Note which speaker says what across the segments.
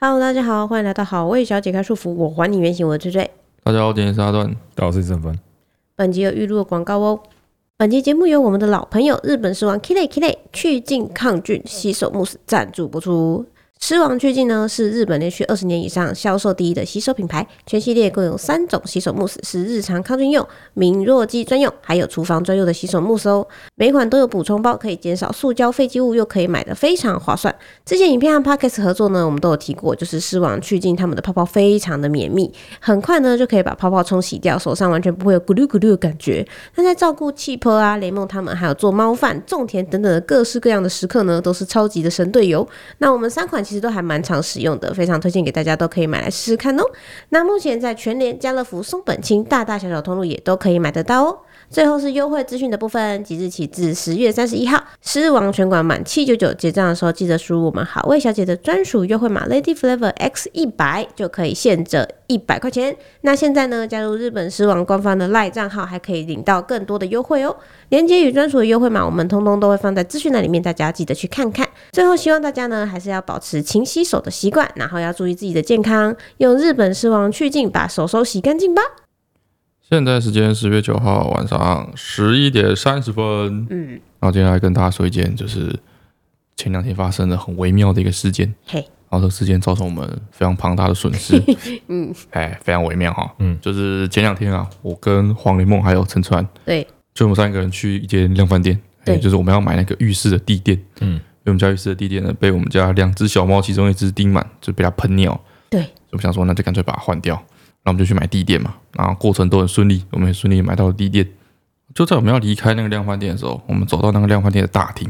Speaker 1: Hello，大家好，欢迎来到好味小姐开束缚，我还你原形，我是追追。
Speaker 2: 大家好，今天是阿段。
Speaker 3: 大家好，我是郑凡。
Speaker 1: 本集有预录的广告哦。本期节目由我们的老朋友日本狮王 Kitty Kitty 去菌抗菌洗手慕斯赞助播出。狮王去菌呢是日本连续二十年以上销售第一的洗手品牌，全系列共有三种洗手慕斯是日常抗菌用、敏弱肌专用，还有厨房专用的洗手慕斯哦。每款都有补充包，可以减少塑胶废弃物，又可以买的非常划算。之前影片和 Podcast 合作呢，我们都有提过，就是狮王去菌他们的泡泡非常的绵密，很快呢就可以把泡泡冲洗掉，手上完全不会有咕噜咕噜的感觉。那在照顾气泡啊、雷梦他们，还有做猫饭、种田等等的各式各样的时刻呢，都是超级的神队友。那我们三款其实都还蛮常使用的，非常推荐给大家，都可以买来试试看哦。那目前在全联、家乐福、松本清大大小小通路也都可以买得到哦。最后是优惠资讯的部分，即日起至十月三十一号，狮王全馆满七九九结账的时候，记得输入我们好味小姐的专属优惠码 Lady Flavor X 一百，就可以现折一百块钱。那现在呢，加入日本狮王官方的赖账号，还可以领到更多的优惠哦。链接与专属的优惠码，我们通通都会放在资讯栏里面，大家记得去看看。最后，希望大家呢还是要保持勤洗手的习惯，然后要注意自己的健康，用日本狮王去净把手手洗干净吧。
Speaker 2: 现在时间十月九号晚上十一点三十分。
Speaker 1: 嗯，
Speaker 2: 然后接下来跟大家说一件，就是前两天发生的很微妙的一个事件。
Speaker 1: 嘿，
Speaker 2: 然后这个事件造成我们非常庞大的损失。嗯，哎，非常微妙哈。嗯，就是前两天啊，我跟黄连梦还有陈川，
Speaker 1: 对，
Speaker 2: 就我们三个人去一间量贩店，
Speaker 1: 对
Speaker 2: 哎就是我们要买那个浴室的地垫。
Speaker 3: 嗯，
Speaker 2: 因为我们家浴室的地垫呢，被我们家两只小猫其中一只叮满，就被它喷尿。
Speaker 1: 对
Speaker 2: 所以我们想说，那就干脆把它换掉。那我们就去买地垫嘛，然后过程都很顺利，我们很顺利买到了地垫。就在我们要离开那个量贩店的时候，我们走到那个量贩店的大厅，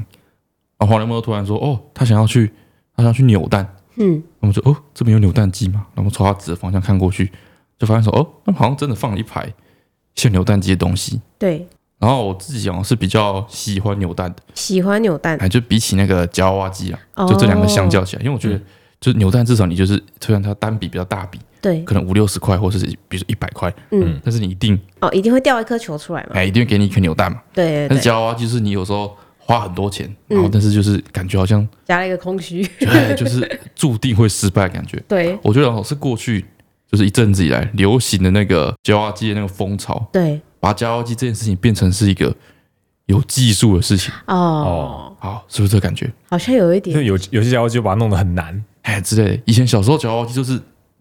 Speaker 2: 然后黄连猫突然说：“哦，他想要去，他想要去扭蛋。”
Speaker 1: 嗯，
Speaker 2: 我们就哦，这边有扭蛋机嘛，然后朝他指的方向看过去，就发现说哦，那好像真的放了一排像扭蛋机的东西。
Speaker 1: 对，
Speaker 2: 然后我自己哦是比较喜欢扭蛋的，
Speaker 1: 喜欢扭蛋，
Speaker 2: 哎，就比起那个夹娃娃机啊，
Speaker 1: 哦嗯
Speaker 2: 就这两个相较起来，因为我觉得就是扭蛋至少你就是虽然它单笔比较大笔，
Speaker 1: 对，
Speaker 2: 可能五六十块或是比如说一百块，
Speaker 1: 嗯，
Speaker 2: 但是你一定
Speaker 1: 哦，一定会掉一颗球出来嘛？
Speaker 2: 哎一定会给你一颗扭蛋嘛。
Speaker 1: 对
Speaker 2: 但
Speaker 1: 对
Speaker 2: 是
Speaker 1: 对，
Speaker 2: 夹娃娃机就是你有时候花很多钱，然后
Speaker 1: 嗯
Speaker 2: 但是就是感觉好像
Speaker 1: 加了一个空虚，
Speaker 2: 哎就是注定会失败的感觉。
Speaker 1: 对
Speaker 2: 我觉得哦是过去就是一阵子以来流行的那个夹娃娃机的那个风潮，
Speaker 1: 对，
Speaker 2: 把夹娃娃机这件事情变成是一个有技术的事情，
Speaker 1: 哦，
Speaker 2: 好，是不是这个感觉？
Speaker 1: 好像有一
Speaker 3: 因为
Speaker 1: 点，
Speaker 3: 有有些家伙就把它弄得很难，
Speaker 2: 哎之类的。以前小时候夹娃娃机就是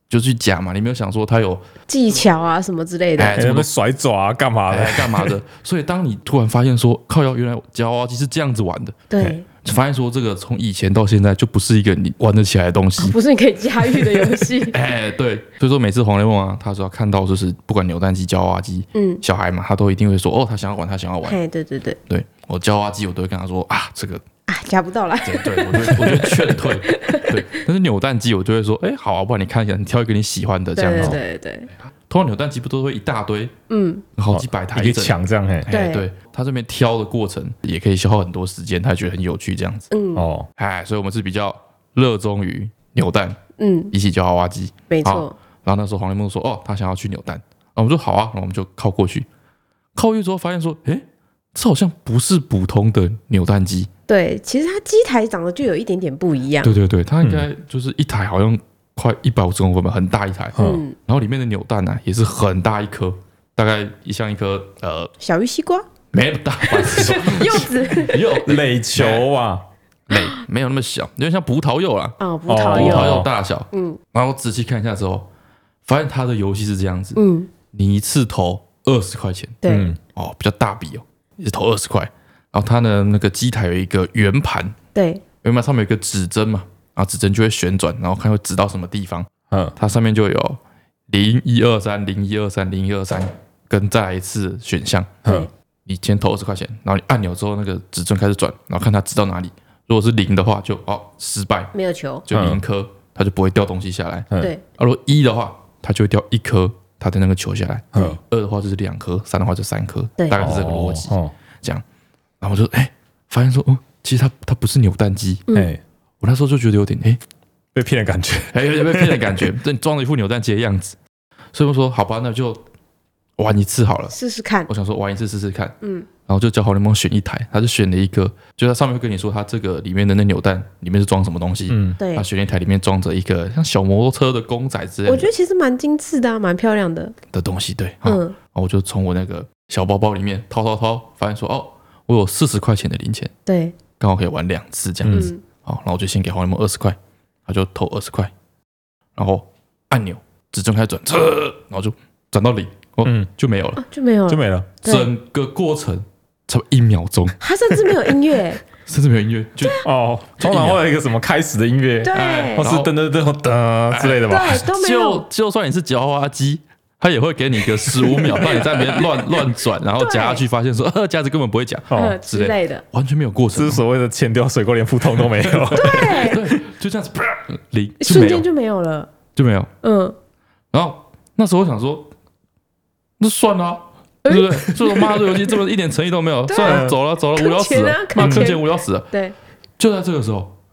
Speaker 2: 就去夹嘛，你没有想说它有
Speaker 1: 技巧啊什么之类的，
Speaker 2: 哎
Speaker 3: 还
Speaker 2: 这
Speaker 3: 在那
Speaker 2: 么多
Speaker 3: 边甩爪啊，干嘛的？
Speaker 2: 哎干嘛的，所以当你突然发现说靠腰，原来夹娃娃机是这样子玩的，
Speaker 1: 对，
Speaker 2: 就发现说这个从以前到现在就不是一个你玩得起来的东 西。，
Speaker 1: 不是你可以驾驭的游戏
Speaker 2: 哎，对，所以说每次黄连梦啊，他只要看到就是不管扭蛋机、夹娃娃机，
Speaker 1: 嗯，
Speaker 2: 小孩嘛，他都一定会说哦，他想要玩，他想要玩。
Speaker 1: 哎，对对对，
Speaker 2: 对我教娃机，我都会跟他说啊，这个
Speaker 1: 啊，夹不到啦，
Speaker 2: 这个对我就会我就会劝退，对。但是扭蛋机我就会说，哎、好啊，不然你看一下，你挑一个你喜欢的这
Speaker 1: 对
Speaker 2: 样
Speaker 1: 对
Speaker 2: 哦子。
Speaker 1: 对对，
Speaker 2: 通常扭蛋机不都会一大堆，
Speaker 1: 嗯，
Speaker 2: 好几百台
Speaker 3: 一
Speaker 2: 一
Speaker 3: 个
Speaker 2: 整。
Speaker 3: 抢这样嘿。
Speaker 2: 哎，
Speaker 1: 对
Speaker 2: 对他这边挑的过程也可以消耗很多时间，他觉得很有趣这样子。
Speaker 1: 嗯
Speaker 3: 哦，
Speaker 2: 哎，所以我们是比较热衷于扭蛋，
Speaker 1: 嗯，
Speaker 2: 比起教娃娃机。
Speaker 1: 没错
Speaker 2: 好，然后那时候黄连梦说，哦，他想要去扭蛋，然后我们说好啊，然后我们就靠过去，靠过去之后发现说，哎，这好像不是普通的扭蛋机，
Speaker 1: 对，其实它机台长得就有一点点不一样，
Speaker 2: 对对对，它应该就是一台好像快一百五十公分吧，很大一台。
Speaker 3: 嗯，
Speaker 1: 嗯，
Speaker 2: 然后里面的扭蛋呢、啊也是很大一颗，大概像一颗呃
Speaker 1: 小鱼西 瓜、
Speaker 2: 没那么大，白痴说
Speaker 1: 柚子，
Speaker 2: 柚
Speaker 3: 垒球啊，
Speaker 2: 类没有那么小，有点像葡萄柚啦，
Speaker 1: 哦，葡
Speaker 3: 哦
Speaker 1: 萄
Speaker 2: 葡萄
Speaker 1: 柚，
Speaker 2: 柚大小。
Speaker 1: 嗯
Speaker 2: 然后仔细看一下之后，发现它的游戏是这样子：
Speaker 1: 嗯，
Speaker 2: 你一次投二十块钱，
Speaker 1: 对，
Speaker 3: 嗯，
Speaker 2: 哦，比较大笔哦，一次投二十块。然后它呢，那个机台有一个圆盘，
Speaker 1: 对，
Speaker 2: 圆盘上面有一个指针嘛，然后指针就会旋转，然后看会指到什么地方。
Speaker 3: 嗯，
Speaker 2: 它上面就有零一二三零一二三零一二三跟再来一次选项。嗯
Speaker 1: 对，
Speaker 2: 你先投二十块钱，然后你按钮之后，那个指针开始转，然后看它指到哪里。如果是零的话，就哦失败，
Speaker 1: 没有球，
Speaker 2: 就零颗，它就不会掉东西下来。
Speaker 3: 嗯
Speaker 1: 嗯对，
Speaker 2: 啊，如果一的话，它就会掉一颗它的那个球下来。
Speaker 3: 嗯
Speaker 2: 二的话就是两颗，三的话就三颗，
Speaker 1: 对
Speaker 2: 大概哎是这个逻辑。
Speaker 3: 哦，
Speaker 2: 然后我就哎、发现说，哦，其实它它不是扭蛋机。
Speaker 1: 嗯
Speaker 3: 哦哎，
Speaker 2: 我那时候就觉得有点哎、
Speaker 3: 被骗的感觉，
Speaker 2: 哎，有点被骗的感觉，这你装了一副扭蛋机的样子。所以我说，好吧，那就玩一次好了。
Speaker 1: 试试看。
Speaker 2: 我想说玩一次试试看，
Speaker 1: 嗯
Speaker 2: 然后就叫好联盟选一台，他就选了一个，就他上面会跟你说他这个里面的那扭蛋里面是装什么东西，
Speaker 3: 嗯，
Speaker 1: 对
Speaker 2: 他，选一台里面装着一个像小摩托车的公仔之类
Speaker 1: 我
Speaker 2: 的
Speaker 1: 觉得其实蛮精致的、啊，蛮漂亮的。
Speaker 2: 的东西，对，嗯，
Speaker 1: 嗯，
Speaker 2: 然后我就从我那个小包包里面掏掏掏，发现说哦，我有四十块钱的零钱，
Speaker 1: 对，
Speaker 2: 刚好可以玩两次这样子，
Speaker 1: 嗯，
Speaker 2: 好，然后我就先给黄联盟二十块，他就投二十块，然后按钮指针开始转，车，然后就转到零，哦，
Speaker 3: 嗯
Speaker 2: 就没有了，
Speaker 1: 啊，就没有
Speaker 3: 就
Speaker 1: 了。
Speaker 3: 没了。
Speaker 1: 对
Speaker 2: 整个过程差不多一秒钟，
Speaker 1: 它甚至没有音 乐，
Speaker 2: 甚至没有音乐，就
Speaker 1: 啊
Speaker 3: 哦，
Speaker 2: 就啊
Speaker 3: 通
Speaker 2: 一秒
Speaker 3: 常会有一个什么开始的音乐，
Speaker 1: 对
Speaker 3: 或是噔噔噔噔之类的吧？
Speaker 1: 对，都没
Speaker 2: 就
Speaker 1: 有。
Speaker 2: 就算你是夹娃娃机，它也会给你个十五秒，让你在那边乱乱转，然后夹下去，发现说呃夹子根本不会夹，
Speaker 1: 呃
Speaker 3: 哦，
Speaker 2: 之
Speaker 1: 之类的，
Speaker 2: 完全没有过程
Speaker 3: 这是，所谓的钱丢水沟连腹痛都没有。
Speaker 1: 对，
Speaker 2: 对，就这样子，啪零就
Speaker 1: 瞬
Speaker 2: 没有
Speaker 1: 间就没有了。
Speaker 2: 就没有。
Speaker 1: 嗯，
Speaker 2: 然后那时候我想说，那算了啊、对不对？这种妈的游戏这么一点诚意都没有，
Speaker 1: 哎对啊
Speaker 2: 算了，走了走了，无聊死
Speaker 1: 坑钱
Speaker 2: 了
Speaker 1: 啊，
Speaker 2: 妈
Speaker 1: 坑钱
Speaker 2: 坑钱无聊死了。
Speaker 1: 对，
Speaker 2: 就在这个时候，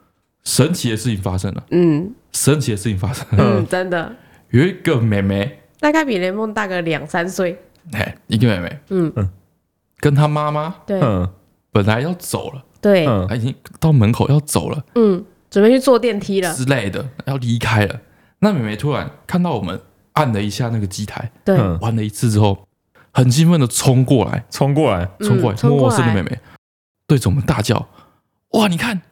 Speaker 2: 神奇的事情发生了，
Speaker 1: 嗯
Speaker 2: 神奇的事情发生了，
Speaker 1: 嗯，真的，
Speaker 2: 有一个妹妹，
Speaker 1: 大概比雷梦大个两三岁。
Speaker 2: 哎，一个妹妹，
Speaker 1: 嗯
Speaker 3: 嗯
Speaker 2: 跟她妈妈
Speaker 1: 对
Speaker 3: 嗯
Speaker 2: 本来要走了，
Speaker 1: 对，
Speaker 3: 嗯
Speaker 2: 她已经到门口要走了
Speaker 1: 嗯，准备去坐电梯了。
Speaker 2: 之类的，要离开了。那妹妹突然看到我们按了一下那个机台，
Speaker 1: 对，
Speaker 3: 嗯，
Speaker 2: 玩了一次之后，很兴奋的冲过来，
Speaker 3: 冲过来，
Speaker 1: 嗯
Speaker 2: 冲过来，
Speaker 1: 冲过
Speaker 2: 陌
Speaker 1: 来
Speaker 2: 生的妹妹对着我们大叫：“哇，你看，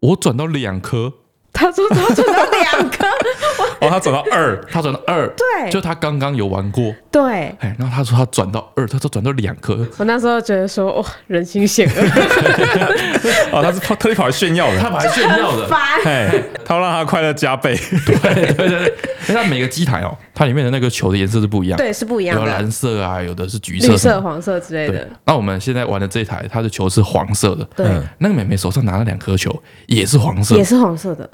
Speaker 2: 我转到两颗，
Speaker 1: 他说怎么转到两 颗？
Speaker 3: 哦，他走到二，
Speaker 2: 她转到二，
Speaker 1: 对，
Speaker 2: 就她刚刚有玩过，
Speaker 1: 对。
Speaker 2: 哎，然后她说她转到二，她说转到两颗，
Speaker 1: 我那时候觉得说，哇，人心险 恶，
Speaker 3: 哦，他是跑特地跑来炫耀
Speaker 2: 她
Speaker 3: 的，
Speaker 2: 蛮炫耀的，
Speaker 1: 烦。
Speaker 3: 哎，他要让他快乐加倍。
Speaker 2: 对对对，因为它每个机台哦，它里面的那个球的颜色是不一样，
Speaker 1: 对，是不一
Speaker 2: 有
Speaker 1: 样
Speaker 2: 的
Speaker 1: 的，
Speaker 2: 蓝色啊，有的是橘色，
Speaker 1: 绿色、。黄色之类
Speaker 2: 对
Speaker 1: 的。，
Speaker 2: 那我们现在玩的这一台，它的球是黄色的。
Speaker 1: 对，
Speaker 3: 嗯
Speaker 2: 那个妹妹手上拿了两颗球，也是黄色
Speaker 1: 也，是黄色的。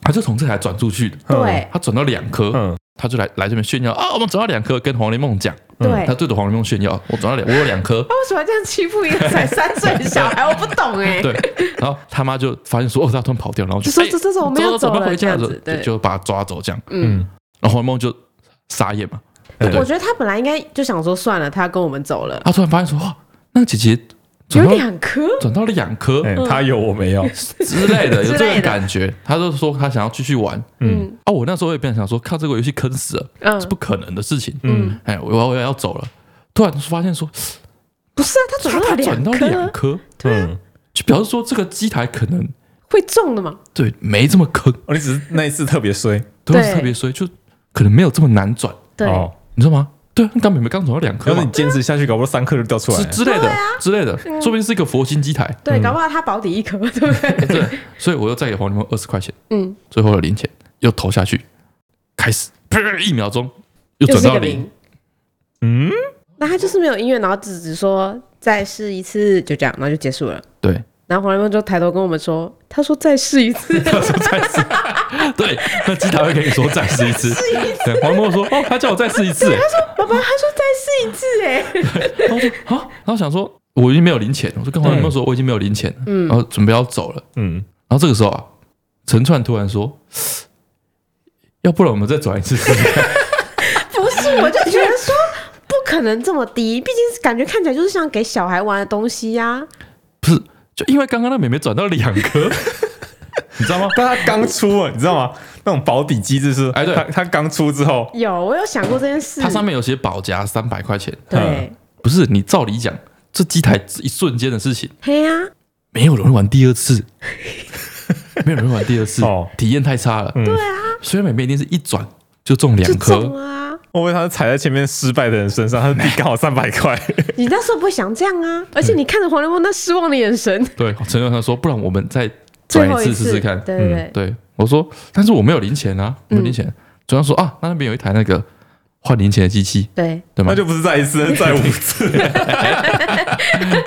Speaker 2: 她就从这台转出去的。
Speaker 1: 对
Speaker 2: 哦她转到两颗，
Speaker 3: 嗯，
Speaker 2: 他就来来这边炫耀啊，我们转到两颗，跟黄连梦讲，
Speaker 1: 对，，
Speaker 2: 他对着黄连梦炫耀，我转到两，我有两颗
Speaker 1: 啊为什么要这样欺负一个 才三岁的小孩？我不懂哎、
Speaker 2: 对，然后他妈就发现说，哦，他突然跑掉，然后就
Speaker 1: 就说
Speaker 2: 哎
Speaker 1: 这这是我们
Speaker 2: 走
Speaker 1: 要
Speaker 2: 了走
Speaker 1: 走
Speaker 2: 了，
Speaker 1: 了
Speaker 2: 回
Speaker 1: 这
Speaker 2: 家
Speaker 1: 样
Speaker 2: 就
Speaker 1: 子，对，
Speaker 2: 就把他抓走这样，
Speaker 1: 嗯，
Speaker 2: 然后黄连梦就傻眼嘛，
Speaker 3: 嗯对
Speaker 1: 我觉得他本来应该就想说算了，他要跟我们走了，
Speaker 2: 啊他突然发现说，哇，那个姐姐
Speaker 1: 有
Speaker 2: 转到
Speaker 1: 两颗，
Speaker 2: 转到了两颗
Speaker 3: 哎
Speaker 1: 嗯
Speaker 3: 他有我没有，
Speaker 2: 之 类的，有
Speaker 1: 之
Speaker 2: 这
Speaker 1: 类的
Speaker 2: 个感觉，他就说他想要继续玩
Speaker 1: 嗯
Speaker 2: 啊，我那时候也变想说，靠这个游戏坑死了，
Speaker 1: 嗯
Speaker 2: 是不可能的事情，
Speaker 1: 嗯，
Speaker 2: 哎，我我我要走了，突然发现说，
Speaker 1: 不是啊，他
Speaker 2: 他
Speaker 1: 转到
Speaker 2: 他
Speaker 1: 了
Speaker 2: 转到两
Speaker 1: 颗，
Speaker 2: 颗，啊
Speaker 3: 嗯，
Speaker 2: 就表示说这个机台可能。
Speaker 1: 会中的嘛？
Speaker 2: 对，没这么坑，
Speaker 3: 哦，你只是那一次特别衰，
Speaker 2: 都是
Speaker 1: 对
Speaker 2: 特别衰，就可能没有这么难转，
Speaker 1: 对，
Speaker 3: 哦，
Speaker 2: 你知道吗？对啊，那刚美美刚转到两颗
Speaker 3: 要是
Speaker 2: 嘛
Speaker 3: 你，坚持下去，搞不好三颗就掉出
Speaker 2: 之
Speaker 3: 来了。
Speaker 2: 之类的、之类的，说不啊定是一个佛心机台。
Speaker 1: 对，搞不好他保底一颗， 对不对？
Speaker 2: 对，所以我又再给黄牛们二十块钱，
Speaker 1: 嗯，
Speaker 2: 最后的零钱又投下去，开始，啪一秒钟又
Speaker 1: 又
Speaker 2: 转
Speaker 1: 是一
Speaker 2: 到
Speaker 1: 个
Speaker 2: 零，
Speaker 1: 零。
Speaker 3: 嗯，
Speaker 1: 那他就是没有音乐，然后只只说再试一次，就这样，然后就结束了。
Speaker 2: 对
Speaker 1: 然后黄连梦就抬头跟我们说：“他说再试一 次，
Speaker 2: 再试，对，那机台会跟你说再试一次。对，黄牛说哦，他叫我再试一次，哎
Speaker 1: 爸爸，他说再试一次。”哎，
Speaker 2: 然后我说啊，然后想说我已经没有零钱了，我就跟黄牛们说我已经没有零钱了，然后准备要走了。
Speaker 3: 嗯，
Speaker 2: 然后这个时候啊，陈川突然说：“要不然我们再转一次试试看。
Speaker 1: 不是，我就觉得说不可能这么低，毕竟感觉看起来就是像给小孩玩的东西呀、
Speaker 2: 不是，就因为刚刚那妹妹转到两颗， 你知道吗？
Speaker 3: 但他刚出啊，你知道吗？那种保底机制是，
Speaker 2: 哎对
Speaker 3: 他他刚出之后，
Speaker 1: 有，我有想过这件事。
Speaker 2: 它上面嗯有写保夹三百块钱，
Speaker 1: 对，
Speaker 2: 不是你照理讲，这机台一瞬间的事情，
Speaker 1: 嘿呀、
Speaker 2: 没有人会玩第二次， 没有人会玩第二次，
Speaker 3: 哦
Speaker 2: 体验太差了。
Speaker 3: 嗯
Speaker 1: 对啊，
Speaker 2: 所以妹妹一定是一转就中
Speaker 1: 就
Speaker 2: 两
Speaker 1: 中
Speaker 2: 颗，
Speaker 1: 了啊！
Speaker 3: 会不会他是踩在前面失败的人身上，他的地刚好三百块？
Speaker 1: 你那时候不会想这样啊，而且你看着黄连梦那失望的眼神，
Speaker 2: 对，陈川他说，不然我们再转
Speaker 1: 最后
Speaker 2: 一次
Speaker 1: 次
Speaker 2: 试试看。嗯
Speaker 1: 对对对，
Speaker 2: 对，我说，但是我没有零钱啊，没
Speaker 3: 嗯
Speaker 2: 有零钱。主要说啊，那那边有一台那个换零钱的机器，
Speaker 1: 对，
Speaker 2: 对吗
Speaker 3: 那？就不是再一次，那是再五次。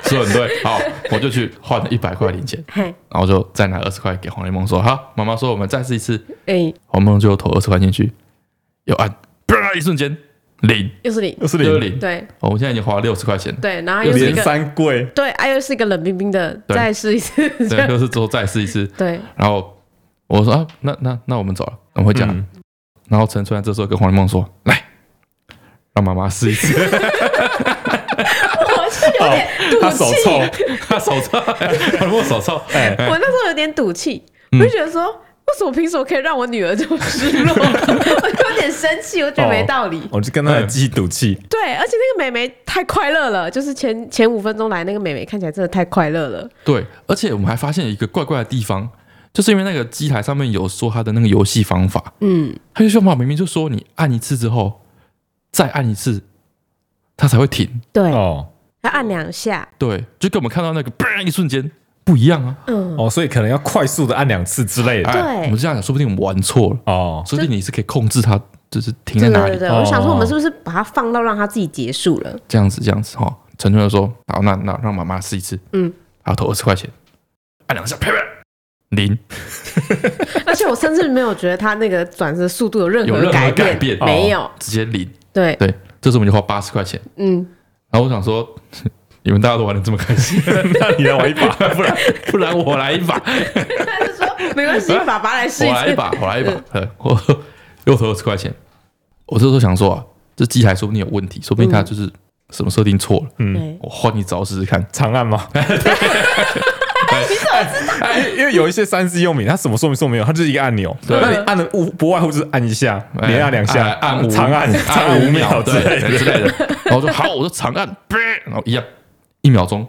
Speaker 2: 说很对，好，我就去换了一百块零
Speaker 3: 嗯
Speaker 2: 钱，
Speaker 1: 嘿，
Speaker 2: 然后就再拿二十块给黄连梦说，好，妈妈说我们再试一次，
Speaker 1: 哎、
Speaker 2: 黄梦就投二十块进去，又按，啪，一瞬间零，
Speaker 1: 又是你，
Speaker 3: 又是
Speaker 2: 又
Speaker 3: 零，
Speaker 2: 零，哦
Speaker 1: 对
Speaker 2: 我们现在已经花了六十块钱了，
Speaker 1: 对，然后又是一
Speaker 3: 连
Speaker 1: 个
Speaker 3: 三贵，
Speaker 1: 对，啊，又是一个冷冰冰的，
Speaker 2: 对
Speaker 1: 再试一次，这
Speaker 2: 对，
Speaker 1: 样
Speaker 2: 又是之后再试一次，
Speaker 1: 对，
Speaker 2: 然后我说啊，那那那我们走了，我们回家了。
Speaker 3: 嗯
Speaker 2: 然后陈川这时候跟黄连梦说：“来，让妈妈试一次。
Speaker 1: 我是有点
Speaker 2: 哦他
Speaker 1: 赌
Speaker 2: 手
Speaker 1: 气，
Speaker 2: 臭，他手 臭，他摸手臭。哎，
Speaker 1: 我那时候有点赌气，我就觉得说，为什么凭什么可以让我女儿这么失 落？我有点生气，我觉得没道理。
Speaker 3: 我就跟他的鸡赌气，
Speaker 1: 对，而且那个美眉太快乐了，就是前前五分钟来那个美眉看起来真的太快乐了。
Speaker 2: 对，而且我们还发现一个怪怪的地方，就是因为那个机台上面有说他的那个游戏方法，
Speaker 1: 嗯，
Speaker 2: 他游戏方法明明就说你按一次之后再按一次，它才会停。
Speaker 1: 对，
Speaker 3: 哦
Speaker 1: 她按两下，
Speaker 2: 对，就跟我们看 到那个砰一瞬间不一样啊。
Speaker 1: 嗯，
Speaker 3: 哦，所以可能要快速的按两次之类的
Speaker 1: 对
Speaker 2: 哎我们这样讲，说不定我们玩错了，
Speaker 3: 哦。
Speaker 2: 说不定你是可以控制它，就是停在
Speaker 1: 对
Speaker 2: 哪
Speaker 1: 对
Speaker 2: 里
Speaker 1: 对，对
Speaker 3: 哦
Speaker 1: 我想说我们是不是把它放到让它自己结束了？
Speaker 2: 这样子这样子哈。陈春就说：“好，那那让妈妈试一次，
Speaker 1: 嗯，
Speaker 2: 他投二十块钱，按两下，啪啪，零，
Speaker 1: 而且我甚至没有觉得它那个转的速度有任
Speaker 2: 有任
Speaker 1: 何
Speaker 2: 何
Speaker 1: 改
Speaker 2: 改
Speaker 1: 变，
Speaker 2: 变哦
Speaker 1: 没有。
Speaker 2: 直接零。
Speaker 1: 对，
Speaker 2: 对，这时候我们就花八十块钱。
Speaker 1: 嗯，
Speaker 2: 然后我想说， 你们大家都玩的这么开心，
Speaker 3: 那你来玩一把，
Speaker 2: 不然不然我来一把，
Speaker 1: 他就说没关系，爸爸来试
Speaker 2: 我
Speaker 1: 一
Speaker 2: 来
Speaker 1: 次
Speaker 2: 一。把，我来一把，对我又投二十块钱。我这时候想说啊，这机台说不定有问题，说不定
Speaker 1: 嗯
Speaker 2: 它就是什么设定错了。
Speaker 3: 嗯
Speaker 1: 对，
Speaker 2: 我换一招试试看。
Speaker 3: 长按吗？哎因为有一些三 C 用品，它什么说明书没有，它就是一个按钮，
Speaker 2: 对
Speaker 3: 那你按的不不外乎就是按一下，连按两下，
Speaker 2: 哎按按五
Speaker 3: 长按长
Speaker 2: 按
Speaker 3: 五秒之
Speaker 2: 对
Speaker 3: 类的。
Speaker 2: 之类的。然后我说好，我就长按， 然后一样，一秒钟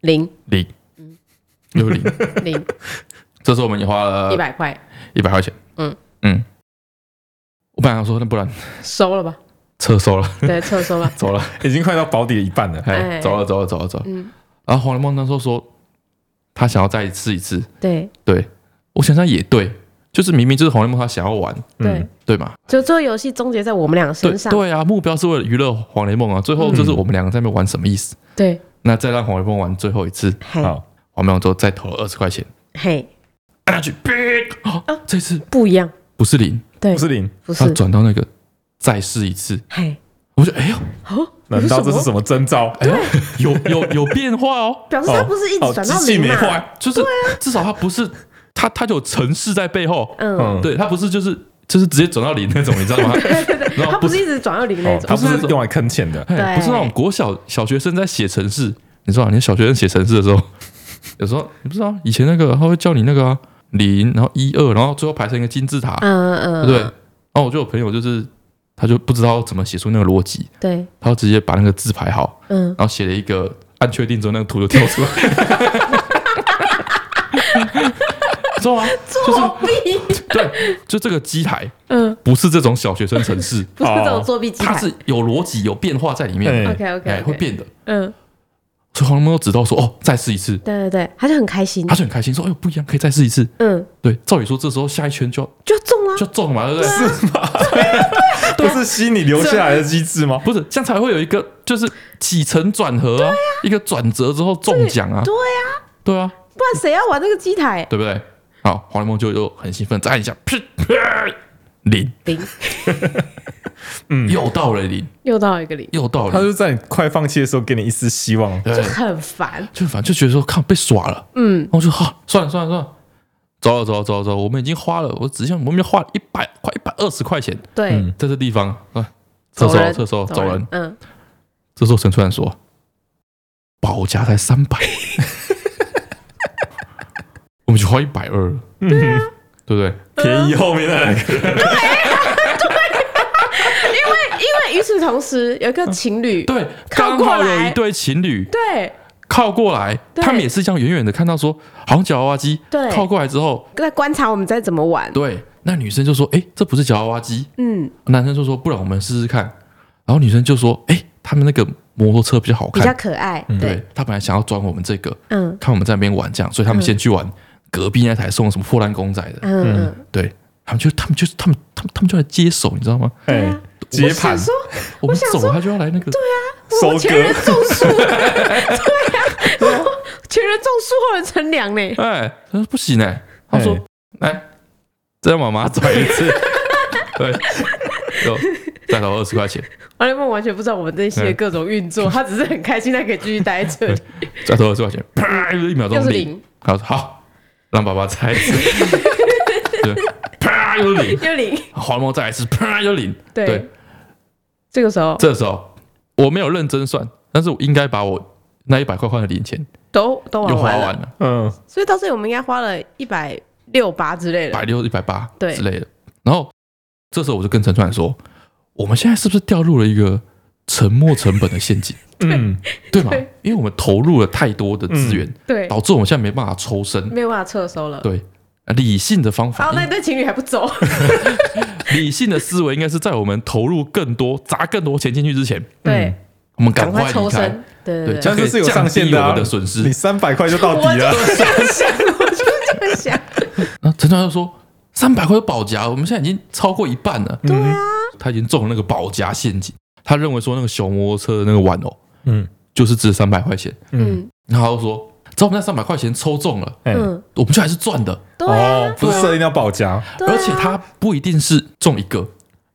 Speaker 1: 零
Speaker 2: 零，
Speaker 1: 嗯
Speaker 2: 又零。
Speaker 1: 零
Speaker 2: 这时候我们也花了
Speaker 1: 一百块
Speaker 2: 一百块钱。
Speaker 1: 嗯
Speaker 2: 嗯，我本来想说，那不然
Speaker 1: 收了吧？
Speaker 2: 撤收了，
Speaker 1: 对，撤收了。
Speaker 2: 走了，
Speaker 3: 已经快到保底的一半了。
Speaker 2: 哎，
Speaker 1: 哎
Speaker 2: 走了，走了，走了，走了。
Speaker 1: 嗯，
Speaker 2: 然后黄连梦那时候说，他想要再试一次。
Speaker 1: 对
Speaker 2: 对我想想也对，就是明明就是黄连梦他想要玩，
Speaker 1: 对，
Speaker 2: 对嘛？
Speaker 1: 就最后游戏终结在我们两个
Speaker 2: 嗯对
Speaker 1: 身上。
Speaker 2: 对啊，目标是为了娱乐黄连梦啊。最后
Speaker 1: 嗯
Speaker 2: 就是我们两个在那边玩什么意思？
Speaker 1: 对，
Speaker 2: 那再让黄连梦玩最后一次，
Speaker 1: 嘿
Speaker 3: 好，
Speaker 2: 黄连梦之后再投了二十块钱，
Speaker 1: 嘿，
Speaker 2: 按下去，哔哦，这次
Speaker 1: 不一样，
Speaker 2: 不是零，
Speaker 1: 对
Speaker 3: 不，是零，
Speaker 1: 啊不
Speaker 2: 他
Speaker 1: 是，
Speaker 2: 转到那个再试一次。
Speaker 1: 嘿，
Speaker 2: 我就哎呦，
Speaker 1: 哦，
Speaker 3: 难道这是什么征兆？
Speaker 2: 哎呦，有有有变化哦。
Speaker 1: 表示他不是一直
Speaker 3: 哦，
Speaker 1: 转
Speaker 3: 机
Speaker 1: 到
Speaker 3: 器
Speaker 1: 零
Speaker 3: 没
Speaker 1: 嘛？
Speaker 3: 坏，
Speaker 2: 就是
Speaker 1: 啊
Speaker 2: 至少他不是他他有城市在背后，
Speaker 1: 嗯，
Speaker 3: 嗯，
Speaker 2: 对他不是就是就是直接转到零那种，你知道吗？然
Speaker 1: 他
Speaker 2: 后
Speaker 1: 不
Speaker 2: 不
Speaker 1: 是一直转到零那
Speaker 3: 哦，它
Speaker 1: 种。
Speaker 3: 不是用来坑钱的。
Speaker 2: 嘿不是那种国小小学生在写城市，你知道吗，你小学生写城市的时候，有时候你不知道以前那个他会叫你那个啊零，然后一二，然后最后排成一个金字塔，
Speaker 1: 嗯
Speaker 2: 对
Speaker 1: 嗯，
Speaker 2: 不对？然后我就有朋友就是他就不知道怎么写出那个逻辑，
Speaker 1: 对，
Speaker 2: 他就直接把那个字排好，
Speaker 1: 嗯，
Speaker 2: 然后写了一个按确定之后那个图就跳出来。 知道吗？ 就是
Speaker 1: 作弊，
Speaker 2: 对，就这个机台
Speaker 1: 嗯，，
Speaker 2: 不是这种小学生城市
Speaker 1: 不是这种作弊机
Speaker 2: 它
Speaker 1: 台。
Speaker 2: 哦是有逻辑、有变化在里面，
Speaker 3: 嗯
Speaker 1: OK
Speaker 2: 哎，
Speaker 1: OK，
Speaker 2: 会。变的。
Speaker 1: 嗯，
Speaker 2: 所以黄龙猫指到说：“哦，再试一次。
Speaker 1: 对对对，他就很开”心
Speaker 2: 他。就很开心说：“哎呦，不一样，可以再试一次。
Speaker 1: 嗯，”
Speaker 2: 对，照理说这时候下一圈就要
Speaker 1: 就中了
Speaker 2: 就。要中了嘛，对不对？是啊
Speaker 3: 不是吸你留下来的机制吗？
Speaker 2: 不是这样才会有一个就是起承转合啊，一个转折之后中奖啊，
Speaker 1: 对啊，
Speaker 2: 对啊，
Speaker 1: 不然谁要玩那个机台？
Speaker 2: 对不对？好，黄龙猫就又很兴奋，再按一下，噗啪零，
Speaker 1: 零，
Speaker 2: 又到了零，
Speaker 1: 又到一个零，
Speaker 2: 又到
Speaker 3: 它
Speaker 2: 了零，
Speaker 3: 就在你快放弃的时候给你一丝希望。
Speaker 1: 就
Speaker 2: 对，
Speaker 1: 很烦。
Speaker 2: 就反正就觉得说，看被耍了。
Speaker 1: 嗯
Speaker 2: 然，后我就哈、算了算了算了，走了走了走了走了，我们已经花了，我只想我们花了一百快一百二十块钱
Speaker 1: 对，
Speaker 3: 嗯
Speaker 2: 在这地方啊，
Speaker 1: 走
Speaker 2: 厕所
Speaker 1: 人
Speaker 2: 嗯厕所走人。。
Speaker 1: 嗯，
Speaker 2: 这时候陈突然说：“保价才三百，我们就花一百二了，
Speaker 3: 嗯哼，
Speaker 2: 对不对？
Speaker 3: 便宜后面的那个，
Speaker 1: 因为与此同时，有一个情侣，
Speaker 2: 对，
Speaker 1: 靠
Speaker 2: 刚
Speaker 1: 过来
Speaker 2: 好有一对情侣
Speaker 1: 对，
Speaker 2: 靠过来，
Speaker 1: 对
Speaker 2: 他们也是这样远远的看到说，好像夹娃娃机，
Speaker 1: 对
Speaker 2: 靠过来之后，
Speaker 1: 在观察我们在怎么玩。
Speaker 2: 对，那女生就说：‘哎，这不是夹娃娃机。’
Speaker 1: 嗯，
Speaker 2: 男生就说：“不然我们试试看。”然后女生就说：“哎、他们那个摩托车比较好
Speaker 1: 比较
Speaker 2: 看，
Speaker 1: 可爱。
Speaker 2: 嗯对，他本来想要装我们这个，
Speaker 1: 嗯
Speaker 2: 看我们在那边玩这样，所以他们先去玩隔壁那台送什么破烂公仔的，
Speaker 1: 嗯嗯，
Speaker 2: 对他们就他们就他们他们他们就来接手，你 知道吗？
Speaker 3: 哎，接盘
Speaker 1: 想说
Speaker 2: 我们
Speaker 1: 想
Speaker 2: 走
Speaker 1: 说
Speaker 2: 了，他就要来那个，
Speaker 1: 我
Speaker 3: 收
Speaker 1: 前人
Speaker 3: 割。
Speaker 1: 种 树，对呀，前人种树后人乘凉呢。
Speaker 2: 哎、他说不行哎、他说
Speaker 3: 哎
Speaker 2: 来再让妈妈转一次， 对，就再投二十块钱，
Speaker 1: 王雷梦完全不知道我们这
Speaker 2: 嗯
Speaker 1: 些各种运作，他只是很开心，他可以继续待在这里。
Speaker 2: 再投二十块钱，啪，一秒
Speaker 1: 又
Speaker 2: 钟
Speaker 1: 是
Speaker 2: 零，
Speaker 1: 零，
Speaker 2: 他说好，让爸爸猜 一次，对，啪又是零。
Speaker 1: 又零，
Speaker 2: 黄毛再来一次，啪就领。
Speaker 1: 对，这个时候
Speaker 2: 这时候我没有认真算，但是我应该把我那一百块换的零钱
Speaker 1: 都都
Speaker 2: 又
Speaker 1: 玩
Speaker 2: 花
Speaker 1: 完了，
Speaker 2: 完了，
Speaker 3: 嗯，
Speaker 1: 所以到最后我们应该花了一百六八之类
Speaker 2: 百
Speaker 1: 的。
Speaker 2: 六、一百八
Speaker 1: 对
Speaker 2: 之类的。然后这时候我就跟陈川说，我们现在是不是掉入了一个沉没成本的 陷阱，
Speaker 3: 嗯，
Speaker 2: 对吗
Speaker 1: 对？
Speaker 2: 因为我们投入了太多的资源，
Speaker 1: 对，
Speaker 2: 导致我们现在没办法抽身。
Speaker 1: 没有办法撤收了。
Speaker 2: 对嗯理性的方
Speaker 1: 然
Speaker 2: 法
Speaker 1: 后，那对情侣还不走，
Speaker 2: 理性的思维应该是在我们投入更多、砸更多钱进去之前，
Speaker 1: 对，
Speaker 2: 我们
Speaker 1: 赶
Speaker 2: 快
Speaker 1: 快
Speaker 2: 离
Speaker 1: 抽
Speaker 2: 开。
Speaker 1: 身。对
Speaker 2: 对，
Speaker 1: 对对，
Speaker 2: 这样
Speaker 3: 但
Speaker 2: 可
Speaker 3: 是
Speaker 2: 以
Speaker 3: 是有
Speaker 2: 降
Speaker 3: 上限
Speaker 2: 低
Speaker 3: 的
Speaker 2: 我
Speaker 3: 啊
Speaker 2: 们的损失。
Speaker 3: 你三百块就到底啊了，
Speaker 1: 我就这样想，我就这样想。
Speaker 2: 那陈川就说：“三百块保夹，我们现在已经超过一半了。
Speaker 3: 对啊，
Speaker 2: 他已经中了那个保夹陷阱。他认为说那个小摩托车的那个玩偶
Speaker 3: 嗯
Speaker 2: 就是值三百块钱，
Speaker 3: 嗯，
Speaker 1: 嗯
Speaker 2: 然后他就说只要我们那三百块钱抽中了，
Speaker 3: 哎
Speaker 1: 嗯，
Speaker 2: 我们就还是赚的。
Speaker 1: 对啊，
Speaker 3: 哦，不是设定要保夹，
Speaker 1: 对啊
Speaker 2: 而且它不一定是中一个，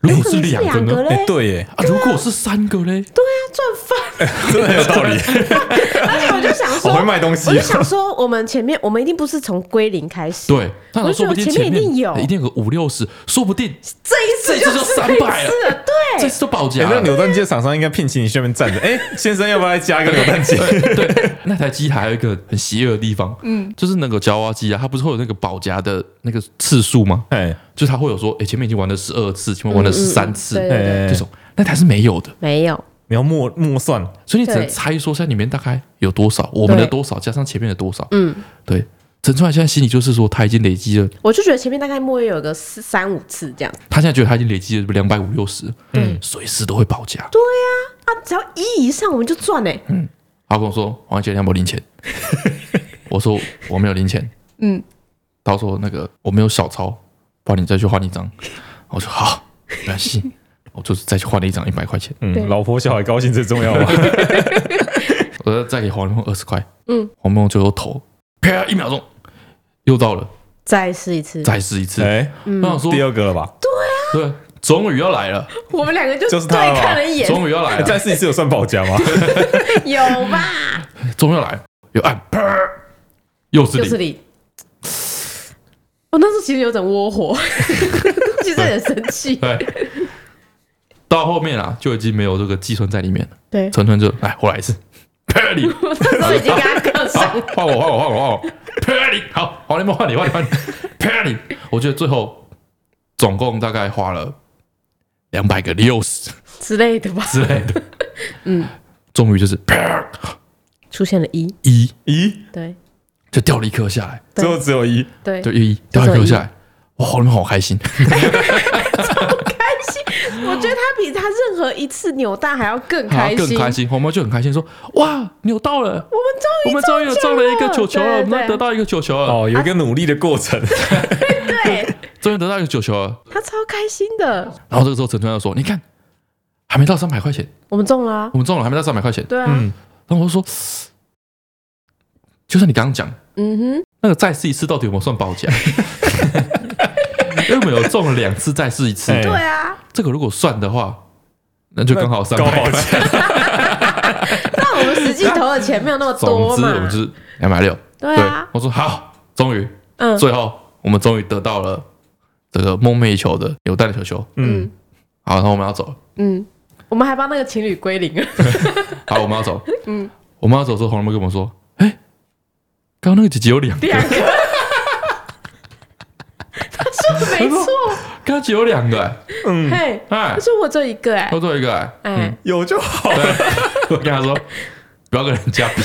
Speaker 2: 如果是两个
Speaker 1: 有可能是两个？
Speaker 2: 呢
Speaker 1: 嘞
Speaker 3: 哎，对耶，
Speaker 2: 啊，如果是三个嘞？
Speaker 1: 赚翻。
Speaker 3: 真的很有
Speaker 1: 啊
Speaker 3: 道理，
Speaker 1: 而且我啊就想
Speaker 3: 我会
Speaker 1: 说，
Speaker 3: 卖啊东西
Speaker 1: 我就，想说，我们前面我们一定不是从归零开始，
Speaker 2: 对，他想
Speaker 1: 我就
Speaker 2: 说
Speaker 1: 觉
Speaker 2: 不
Speaker 1: 得
Speaker 2: 定
Speaker 1: 前面一定有
Speaker 2: 一定有个五六十，说不定
Speaker 1: 这一次
Speaker 2: 这一次就是300
Speaker 1: 一次了，
Speaker 2: 这
Speaker 1: 对，
Speaker 2: 次都保
Speaker 3: 哎
Speaker 2: 夹
Speaker 3: 那
Speaker 2: 了。
Speaker 3: 扭蛋机的厂商应该聘请你去那边站着，哎，先生要不要来加一个扭蛋机？
Speaker 2: 对，那台机还有一个很邪恶的地方，嗯，就是那个夹娃娃机啊，它不是会有那个保夹的那个次数吗？
Speaker 3: 哎，
Speaker 2: 就是他会有说， 哎、前面已经玩了十二次，前面玩了十三次，
Speaker 1: 嗯嗯嗯对
Speaker 3: 哎
Speaker 2: 这，种，那台是没有的，
Speaker 1: 没有，
Speaker 3: 你要默默算，
Speaker 2: 所以你只能
Speaker 1: 对
Speaker 2: 猜说现在里面大概有多少，我们的
Speaker 1: 对
Speaker 2: 多少加上前面的多少，
Speaker 1: 嗯，
Speaker 2: 对。陈川现在心里就是说，他已经累积了，
Speaker 1: 我就觉得前面大概莫约有个四三五次这样，
Speaker 2: 他现在觉得他已经累积了两百五六十，
Speaker 1: 对，
Speaker 2: 随时都会保价。
Speaker 1: 啊，只要一以上我们就赚哎，
Speaker 2: 他跟我说，王姐你有没有零钱？ 我说我没有零钱，
Speaker 1: 嗯，
Speaker 2: 到时候那个我没有小钞，帮你再去换一张。我说好，没关系，我就是再去换了一张一百块钱，
Speaker 1: 对
Speaker 3: 嗯，老婆小孩高兴最重要吧？
Speaker 2: 我说再给黄立峰二十块，
Speaker 1: 嗯，
Speaker 2: 黄梦最后投，啪，一秒钟又到了，
Speaker 1: 再试一次，
Speaker 2: 再试一次。
Speaker 3: 哎，
Speaker 2: 我想说，
Speaker 3: 第二个了吧？
Speaker 2: 对，终于要来了，
Speaker 1: 我们两个就
Speaker 3: 就是
Speaker 1: 对
Speaker 3: 他了吧
Speaker 1: 看了一眼，
Speaker 2: 终于要来
Speaker 3: 哎
Speaker 2: 了，
Speaker 3: 再试一次有算保夹吗？
Speaker 1: 有吧？
Speaker 2: 终于要来了，又按啪，又是
Speaker 1: 就
Speaker 2: 零
Speaker 1: 是，你。我那时候其实有点窝火，其实很生气。
Speaker 2: 对。到后面啊，就已经没有这个计算在里面了。
Speaker 1: 对，
Speaker 2: 纯纯就来，我来一次，啪你，
Speaker 1: 我那时候已经跟他杠
Speaker 2: 好
Speaker 1: 上，，
Speaker 2: 换我，换我，换我，换我，啪你，好，黄连梦换你，换你，换你，啪你。我觉得最后总共大概花了两百个六十
Speaker 1: 之类的吧。
Speaker 2: 之类的，嗯，终于就是啪
Speaker 1: 出现了一，
Speaker 2: 一
Speaker 3: 咦，
Speaker 1: 对
Speaker 2: 就掉了一颗下来，
Speaker 1: 对
Speaker 3: 最后只有一，
Speaker 1: 对，
Speaker 2: 就一掉一颗下来，哇，黄连梦好开心，
Speaker 1: 开心。我觉得他比他任何一次扭蛋还要更
Speaker 2: 好
Speaker 1: 开心，
Speaker 2: 更开心，黄毛就很开心说，哇，扭到了。
Speaker 1: 我们终于
Speaker 2: 我们终于有中了一个球球了，我
Speaker 1: 对对对
Speaker 2: 们终于得到一个球球了，
Speaker 3: 哦，有一个努力的过程，
Speaker 1: 对
Speaker 2: 终于得到一个球球了。
Speaker 1: 他超开心的，
Speaker 2: 然后这个时候陈川又说：“你看，还没到三百块钱，
Speaker 1: 我们中了、啊，
Speaker 2: 我们中了还没到三百块钱。”
Speaker 1: 对啊，
Speaker 3: 嗯，
Speaker 2: 然后我就说，就像你刚刚讲，
Speaker 1: 嗯哼，
Speaker 2: 那个再试一次到底有没有算保夹？因为我们有中了两次，再试一次，
Speaker 3: 哎
Speaker 1: 对啊，
Speaker 2: 这个如果算的话，那就刚好三
Speaker 3: 高
Speaker 2: 百块。
Speaker 3: 保夹，
Speaker 1: 但我们实际投的钱没有那么
Speaker 2: 总
Speaker 1: 多
Speaker 2: 之，
Speaker 1: 嘛
Speaker 2: 我，们就是两百六。
Speaker 1: 对
Speaker 2: 对
Speaker 1: 啊，，
Speaker 2: 我说好，终于，
Speaker 1: 嗯
Speaker 2: 最后我们终于得到了这个梦寐以求的扭蛋的球球。
Speaker 3: 嗯，
Speaker 2: 好，然后我们要走了，
Speaker 1: 嗯，我们还帮那个情侣归零 了，
Speaker 2: 好，我 们要走。嗯，我们要走的时候，红龙妹跟我们说：“哎、刚刚那个姐姐有两个，
Speaker 1: 两 个。他说的没错，
Speaker 2: 刚刚姐有两个、
Speaker 1: 嘿，
Speaker 2: 哎、
Speaker 1: 他说我这一个哎
Speaker 2: 多做一个、哎。
Speaker 1: 哎，
Speaker 3: 有就好，
Speaker 2: 我跟他说，不要跟人 家比，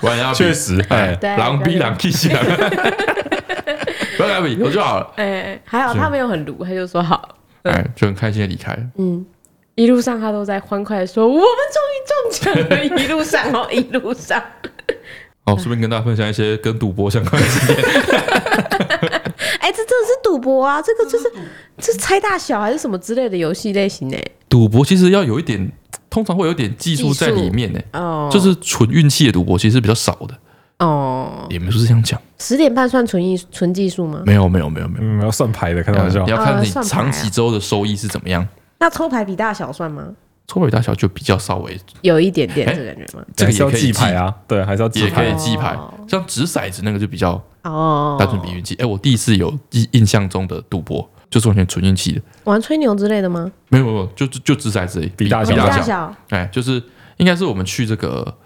Speaker 2: 不然人家比
Speaker 3: 确实，
Speaker 2: 哎
Speaker 3: 哎，，
Speaker 1: 对
Speaker 2: 狼逼 狼 K 起来，不要跟他比，有就好了。
Speaker 1: 哎，还好他没有很鲁，他就说好，
Speaker 2: 哎，就很开心的离开了。
Speaker 1: 嗯，一路上他都在欢快的说我们终于中奖了，一路上哦，一路上，
Speaker 2: 哦，顺便跟大家分享一些跟赌博相关的
Speaker 1: 嗯
Speaker 2: 事情。
Speaker 1: 哎，这真的是赌博啊，这个就是这是猜大小还是什么之类的游戏类型呢？
Speaker 2: 赌博其实要有一点，通常会有一点技术在里面呢、
Speaker 1: 哦，
Speaker 2: 就是纯运气的赌博其实是比较少的，
Speaker 1: 哦，
Speaker 2: 也没说是这样讲。
Speaker 1: 十点半算纯艺纯技术吗？
Speaker 2: 没有，没有，没有，没有。
Speaker 3: 嗯，要算牌的，开玩笑
Speaker 2: 哎嗯你，要看你
Speaker 1: 啊算牌啊
Speaker 2: 长期之后的收益是怎么样，
Speaker 1: 那抽牌比大小算吗？
Speaker 2: 抽牌大小就比较稍微，
Speaker 1: 有一点
Speaker 2: 哎
Speaker 1: 点这感觉吗？
Speaker 2: 这
Speaker 3: 还
Speaker 2: 个
Speaker 3: 是
Speaker 2: 也
Speaker 3: 要
Speaker 2: 可以
Speaker 3: 记牌啊，对，还是要记
Speaker 2: 也可以
Speaker 3: 牌，
Speaker 2: 记牌
Speaker 1: 哦，
Speaker 2: 像掷骰子那个就比较
Speaker 1: 哦，
Speaker 2: 单纯比运气。哎、我第一次有印印象中的赌博，就是完全纯运气的，
Speaker 1: 玩吹牛之类的吗？
Speaker 2: 没有没有没有，就就就只在这里
Speaker 3: 比大
Speaker 1: 哦
Speaker 3: 小
Speaker 1: 比
Speaker 2: 比
Speaker 1: 大
Speaker 2: 小，
Speaker 1: 小，
Speaker 2: 哎，就是应该是我们去这个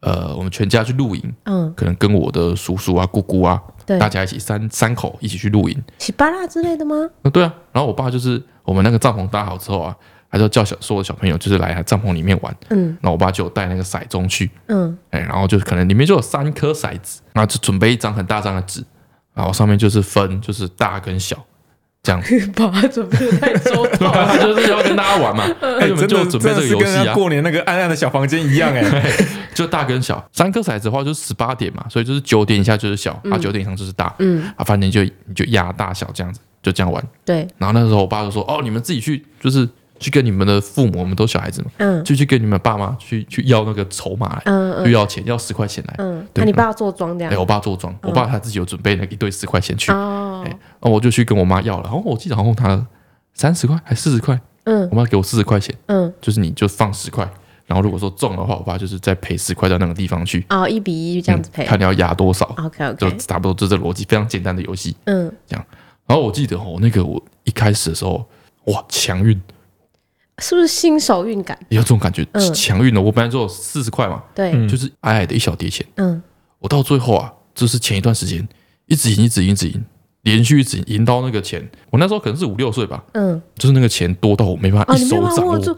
Speaker 2: 呃，我们全家去露营，
Speaker 1: 嗯，
Speaker 2: 可能跟我的叔叔啊、姑姑啊，
Speaker 1: 对，
Speaker 2: 大家一起三三口一起去露营，
Speaker 1: 喜巴拉之类的吗？
Speaker 2: 那对啊，然后我爸就是我们那个帐篷搭好之后啊，他就叫小所有的小朋友就是来帐篷里面玩，
Speaker 1: 嗯
Speaker 2: 那我爸就有带那个骰盅去，
Speaker 1: 嗯，
Speaker 2: 哎，然后就可能里面就有三颗骰子，那就准备一张很大张的纸，然后上面就是分就是大跟小这样子，
Speaker 1: 把它准备的太周
Speaker 2: 对啊，他就是要跟大家 玩嘛，那
Speaker 3: 哎，
Speaker 2: 你
Speaker 3: 真的
Speaker 2: 们就准备这
Speaker 3: 真的
Speaker 2: 个
Speaker 3: 是
Speaker 2: 游
Speaker 3: 跟人
Speaker 2: 戏
Speaker 3: 家
Speaker 2: 啊。
Speaker 3: 过年那个暗暗的小房间一样哎，
Speaker 2: 就大跟小，三颗骰子的话就是十八点嘛，所以就是九点以下就是小，啊九点以上就是大，
Speaker 1: 嗯，
Speaker 2: 啊反正你就你就压大小这样子，就这样玩。
Speaker 1: 对，
Speaker 2: 然后那时候我爸就说：“哦，你们自己去，就是去跟你们的父母，我们都小孩子嘛，
Speaker 1: 嗯
Speaker 2: 就去跟你们爸妈去去要那个筹码来，
Speaker 1: 嗯
Speaker 2: 去
Speaker 1: 嗯
Speaker 2: 要钱，要十块钱来。
Speaker 1: 嗯，
Speaker 2: 对
Speaker 1: 那你爸要做庄这
Speaker 2: 哎、
Speaker 1: 样
Speaker 2: 我爸做
Speaker 3: 嗯
Speaker 2: 庄，我爸他自己有准备那个一堆十块钱去，然
Speaker 1: 哦
Speaker 2: 哎，后我就去跟我妈要了。然后我记得好像他三十块还四十块，
Speaker 1: 嗯
Speaker 2: 我妈给我四十块钱，
Speaker 1: 嗯，
Speaker 2: 就是你就放十块，然后如果说中的话，我爸就是再赔十块到那个地方去，
Speaker 1: 哦，一比一这样子
Speaker 2: 嗯
Speaker 1: 配
Speaker 2: 看你要压多少，
Speaker 1: ，OK
Speaker 2: 就
Speaker 1: OK，
Speaker 2: 差不多就这逻辑，非常简单的游戏。
Speaker 1: 嗯，
Speaker 2: 然后我记得哦，那个我一开始的时候，哇，强运。”
Speaker 1: 是不是新手运感？
Speaker 2: 也有这种感觉，
Speaker 1: 嗯
Speaker 2: 强运的。我本来只有四十块嘛，
Speaker 1: 对，
Speaker 3: 嗯
Speaker 2: 就是矮矮的一小叠钱。
Speaker 1: 嗯，
Speaker 2: 我到最后啊，就是前一段时间一直赢，一直赢，一直赢，连续一直赢，赢到那个钱。我那时候可能是五六岁吧，
Speaker 1: 嗯，
Speaker 2: 就是那个钱多到我没办法
Speaker 1: 哦，你
Speaker 2: 一
Speaker 1: 没
Speaker 2: 手
Speaker 1: 有办法
Speaker 2: 掌握
Speaker 1: 握，住，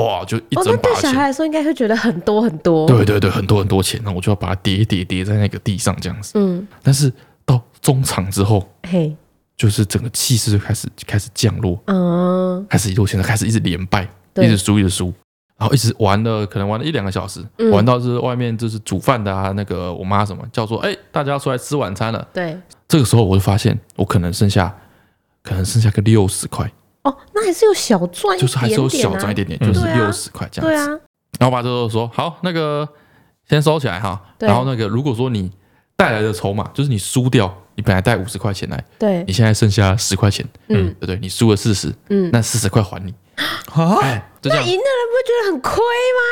Speaker 2: 哇，就一
Speaker 1: 哦，
Speaker 2: 整
Speaker 1: 那
Speaker 2: 把
Speaker 1: 对小
Speaker 2: 钱。
Speaker 1: 孩来说应该会觉得很多很多。
Speaker 2: 对对对，很多很多钱，那我就要把它叠叠叠在那个地上这样子。
Speaker 1: 嗯，
Speaker 2: 但是到中场之后，
Speaker 1: 嘿，
Speaker 2: 就是整个气势就开始开始降落，
Speaker 1: 嗯，
Speaker 2: 开始一路现在开始一直连败，一直
Speaker 1: 对，
Speaker 2: 输一直输，然后一直玩了，可能玩了一两个小时，
Speaker 1: 嗯
Speaker 2: 玩到就是外面就是煮饭的啊，那个我妈什么叫做哎、大家要出来吃晚餐了。
Speaker 1: 对，
Speaker 2: 这个时候我就发现我可能剩下，可能剩下个六十块，
Speaker 1: 哦，那还是有小赚一
Speaker 2: 就是还是有
Speaker 1: 点点
Speaker 2: 小赚
Speaker 1: 啊
Speaker 2: 一，点点，
Speaker 3: 嗯
Speaker 2: 就是
Speaker 1: 对啊
Speaker 2: 六十块这样
Speaker 1: 对
Speaker 2: 子。
Speaker 1: 啊，
Speaker 2: 然后我爸就说好，那个先收起来哈，
Speaker 1: 对
Speaker 2: 然后那个如果说你带来的筹码就是你输掉，你本来带五十块钱来，
Speaker 1: 对
Speaker 2: 你，现在剩下十块钱，
Speaker 1: 嗯
Speaker 2: 对不对？你输了四十，
Speaker 1: 嗯，
Speaker 2: 那四十块还你，
Speaker 3: 啊，
Speaker 2: 哎，就这样
Speaker 1: 赢的人不会觉得很亏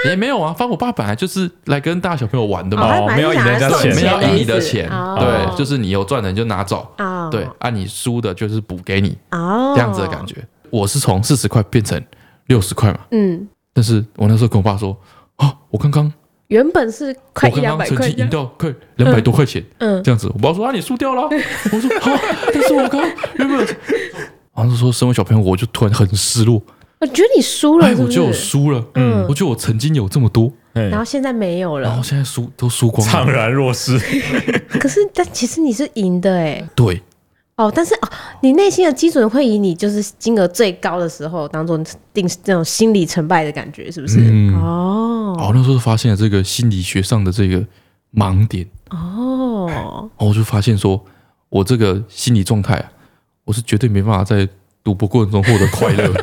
Speaker 2: 也没有啊，反正我爸本来就是来跟大小朋友玩的
Speaker 1: 吗？哦
Speaker 2: 嘛，
Speaker 3: 哦
Speaker 1: 他本来
Speaker 3: 没有
Speaker 1: 是
Speaker 3: 赢
Speaker 1: 想
Speaker 3: 人家
Speaker 1: 来送
Speaker 3: 钱
Speaker 2: 没
Speaker 3: 没有
Speaker 2: 有
Speaker 1: 的
Speaker 2: 赢
Speaker 1: 意
Speaker 2: 你的
Speaker 1: 思
Speaker 2: 钱，
Speaker 1: 哦
Speaker 2: 对，就是你有赚的你就拿走，
Speaker 1: 哦，
Speaker 2: 对，啊，你输的就是补给你
Speaker 1: 哦，
Speaker 2: 这样子的感
Speaker 1: 觉，
Speaker 2: 觉。我是从四十块变成六十块嘛，
Speaker 1: 嗯，
Speaker 2: 但是我那时候跟我爸说，啊，我刚刚
Speaker 1: 原本是快
Speaker 2: 我
Speaker 1: 一
Speaker 2: 刚
Speaker 1: 两
Speaker 2: 刚
Speaker 1: 百
Speaker 2: 曾
Speaker 1: 块
Speaker 2: 经
Speaker 1: 这样
Speaker 2: 赢，到快两百多块钱
Speaker 1: 嗯，
Speaker 2: 这样子，我爸说啊，你输 掉了，我说好，但是我刚刚原本。好像是说，身为小朋友，我就突然很失落，
Speaker 1: 我哦觉得你输了
Speaker 2: 哎，
Speaker 1: 是
Speaker 2: 我
Speaker 1: 不
Speaker 2: 觉得我
Speaker 1: 是？
Speaker 2: 输了，
Speaker 1: 嗯
Speaker 2: 我觉得我曾经有这么多，
Speaker 3: 哎
Speaker 1: 然后现在没有
Speaker 2: 然
Speaker 1: 了
Speaker 2: 后，现在输都输光
Speaker 3: 怅
Speaker 2: 了，
Speaker 3: 然若失，
Speaker 1: 可是但其实你是赢的哎，
Speaker 2: 对，
Speaker 1: 哦，但是哦，你内心的基准会以你就是金额最高的时候当做定那种心理成败的感觉，是不是？
Speaker 2: 嗯
Speaker 1: 哦
Speaker 2: 哦，那时候发现了这个心理学上的这个盲点，
Speaker 1: 哦，
Speaker 2: 然后我就发现说，我这个心理状态、啊，我是绝对没办法在赌博过程中获得 快乐，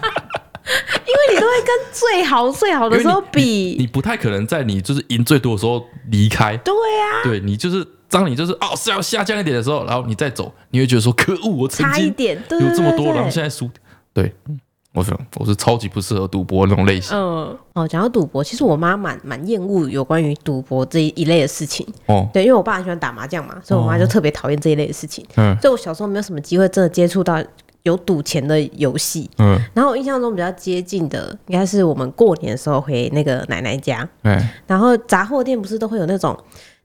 Speaker 1: 因为你都会跟最好最好的时候
Speaker 2: 你
Speaker 1: 比，
Speaker 2: 不太可能在你就是赢最多的时候离开，
Speaker 1: 对啊，
Speaker 2: 对你就是当你就是哦是要下降一点的时候，然后你再走，你会觉得说可恶，我曾
Speaker 1: 差一
Speaker 2: 经
Speaker 1: 点，对
Speaker 2: 有
Speaker 1: 对
Speaker 2: 这么多，
Speaker 1: 对
Speaker 2: 然后
Speaker 1: 对
Speaker 2: 现在输，对，嗯我想我是超级不适合赌博的那种类型
Speaker 1: 嗯，哦，讲到赌博，其实我妈蛮蛮厌恶有关于赌博这一类的事情。
Speaker 2: 哦，
Speaker 1: 对，因为我爸很喜欢打麻将嘛，所以我妈就特别讨厌这一类的事情。
Speaker 2: 嗯
Speaker 1: 所以我小时候没有什么机会真的接触到有赌钱的游戏。
Speaker 2: 嗯
Speaker 1: 然后我印象中比较接近的，应该是我们过年的时候回那个奶奶家，
Speaker 2: 哎
Speaker 1: 然后杂货店不是都会有那种，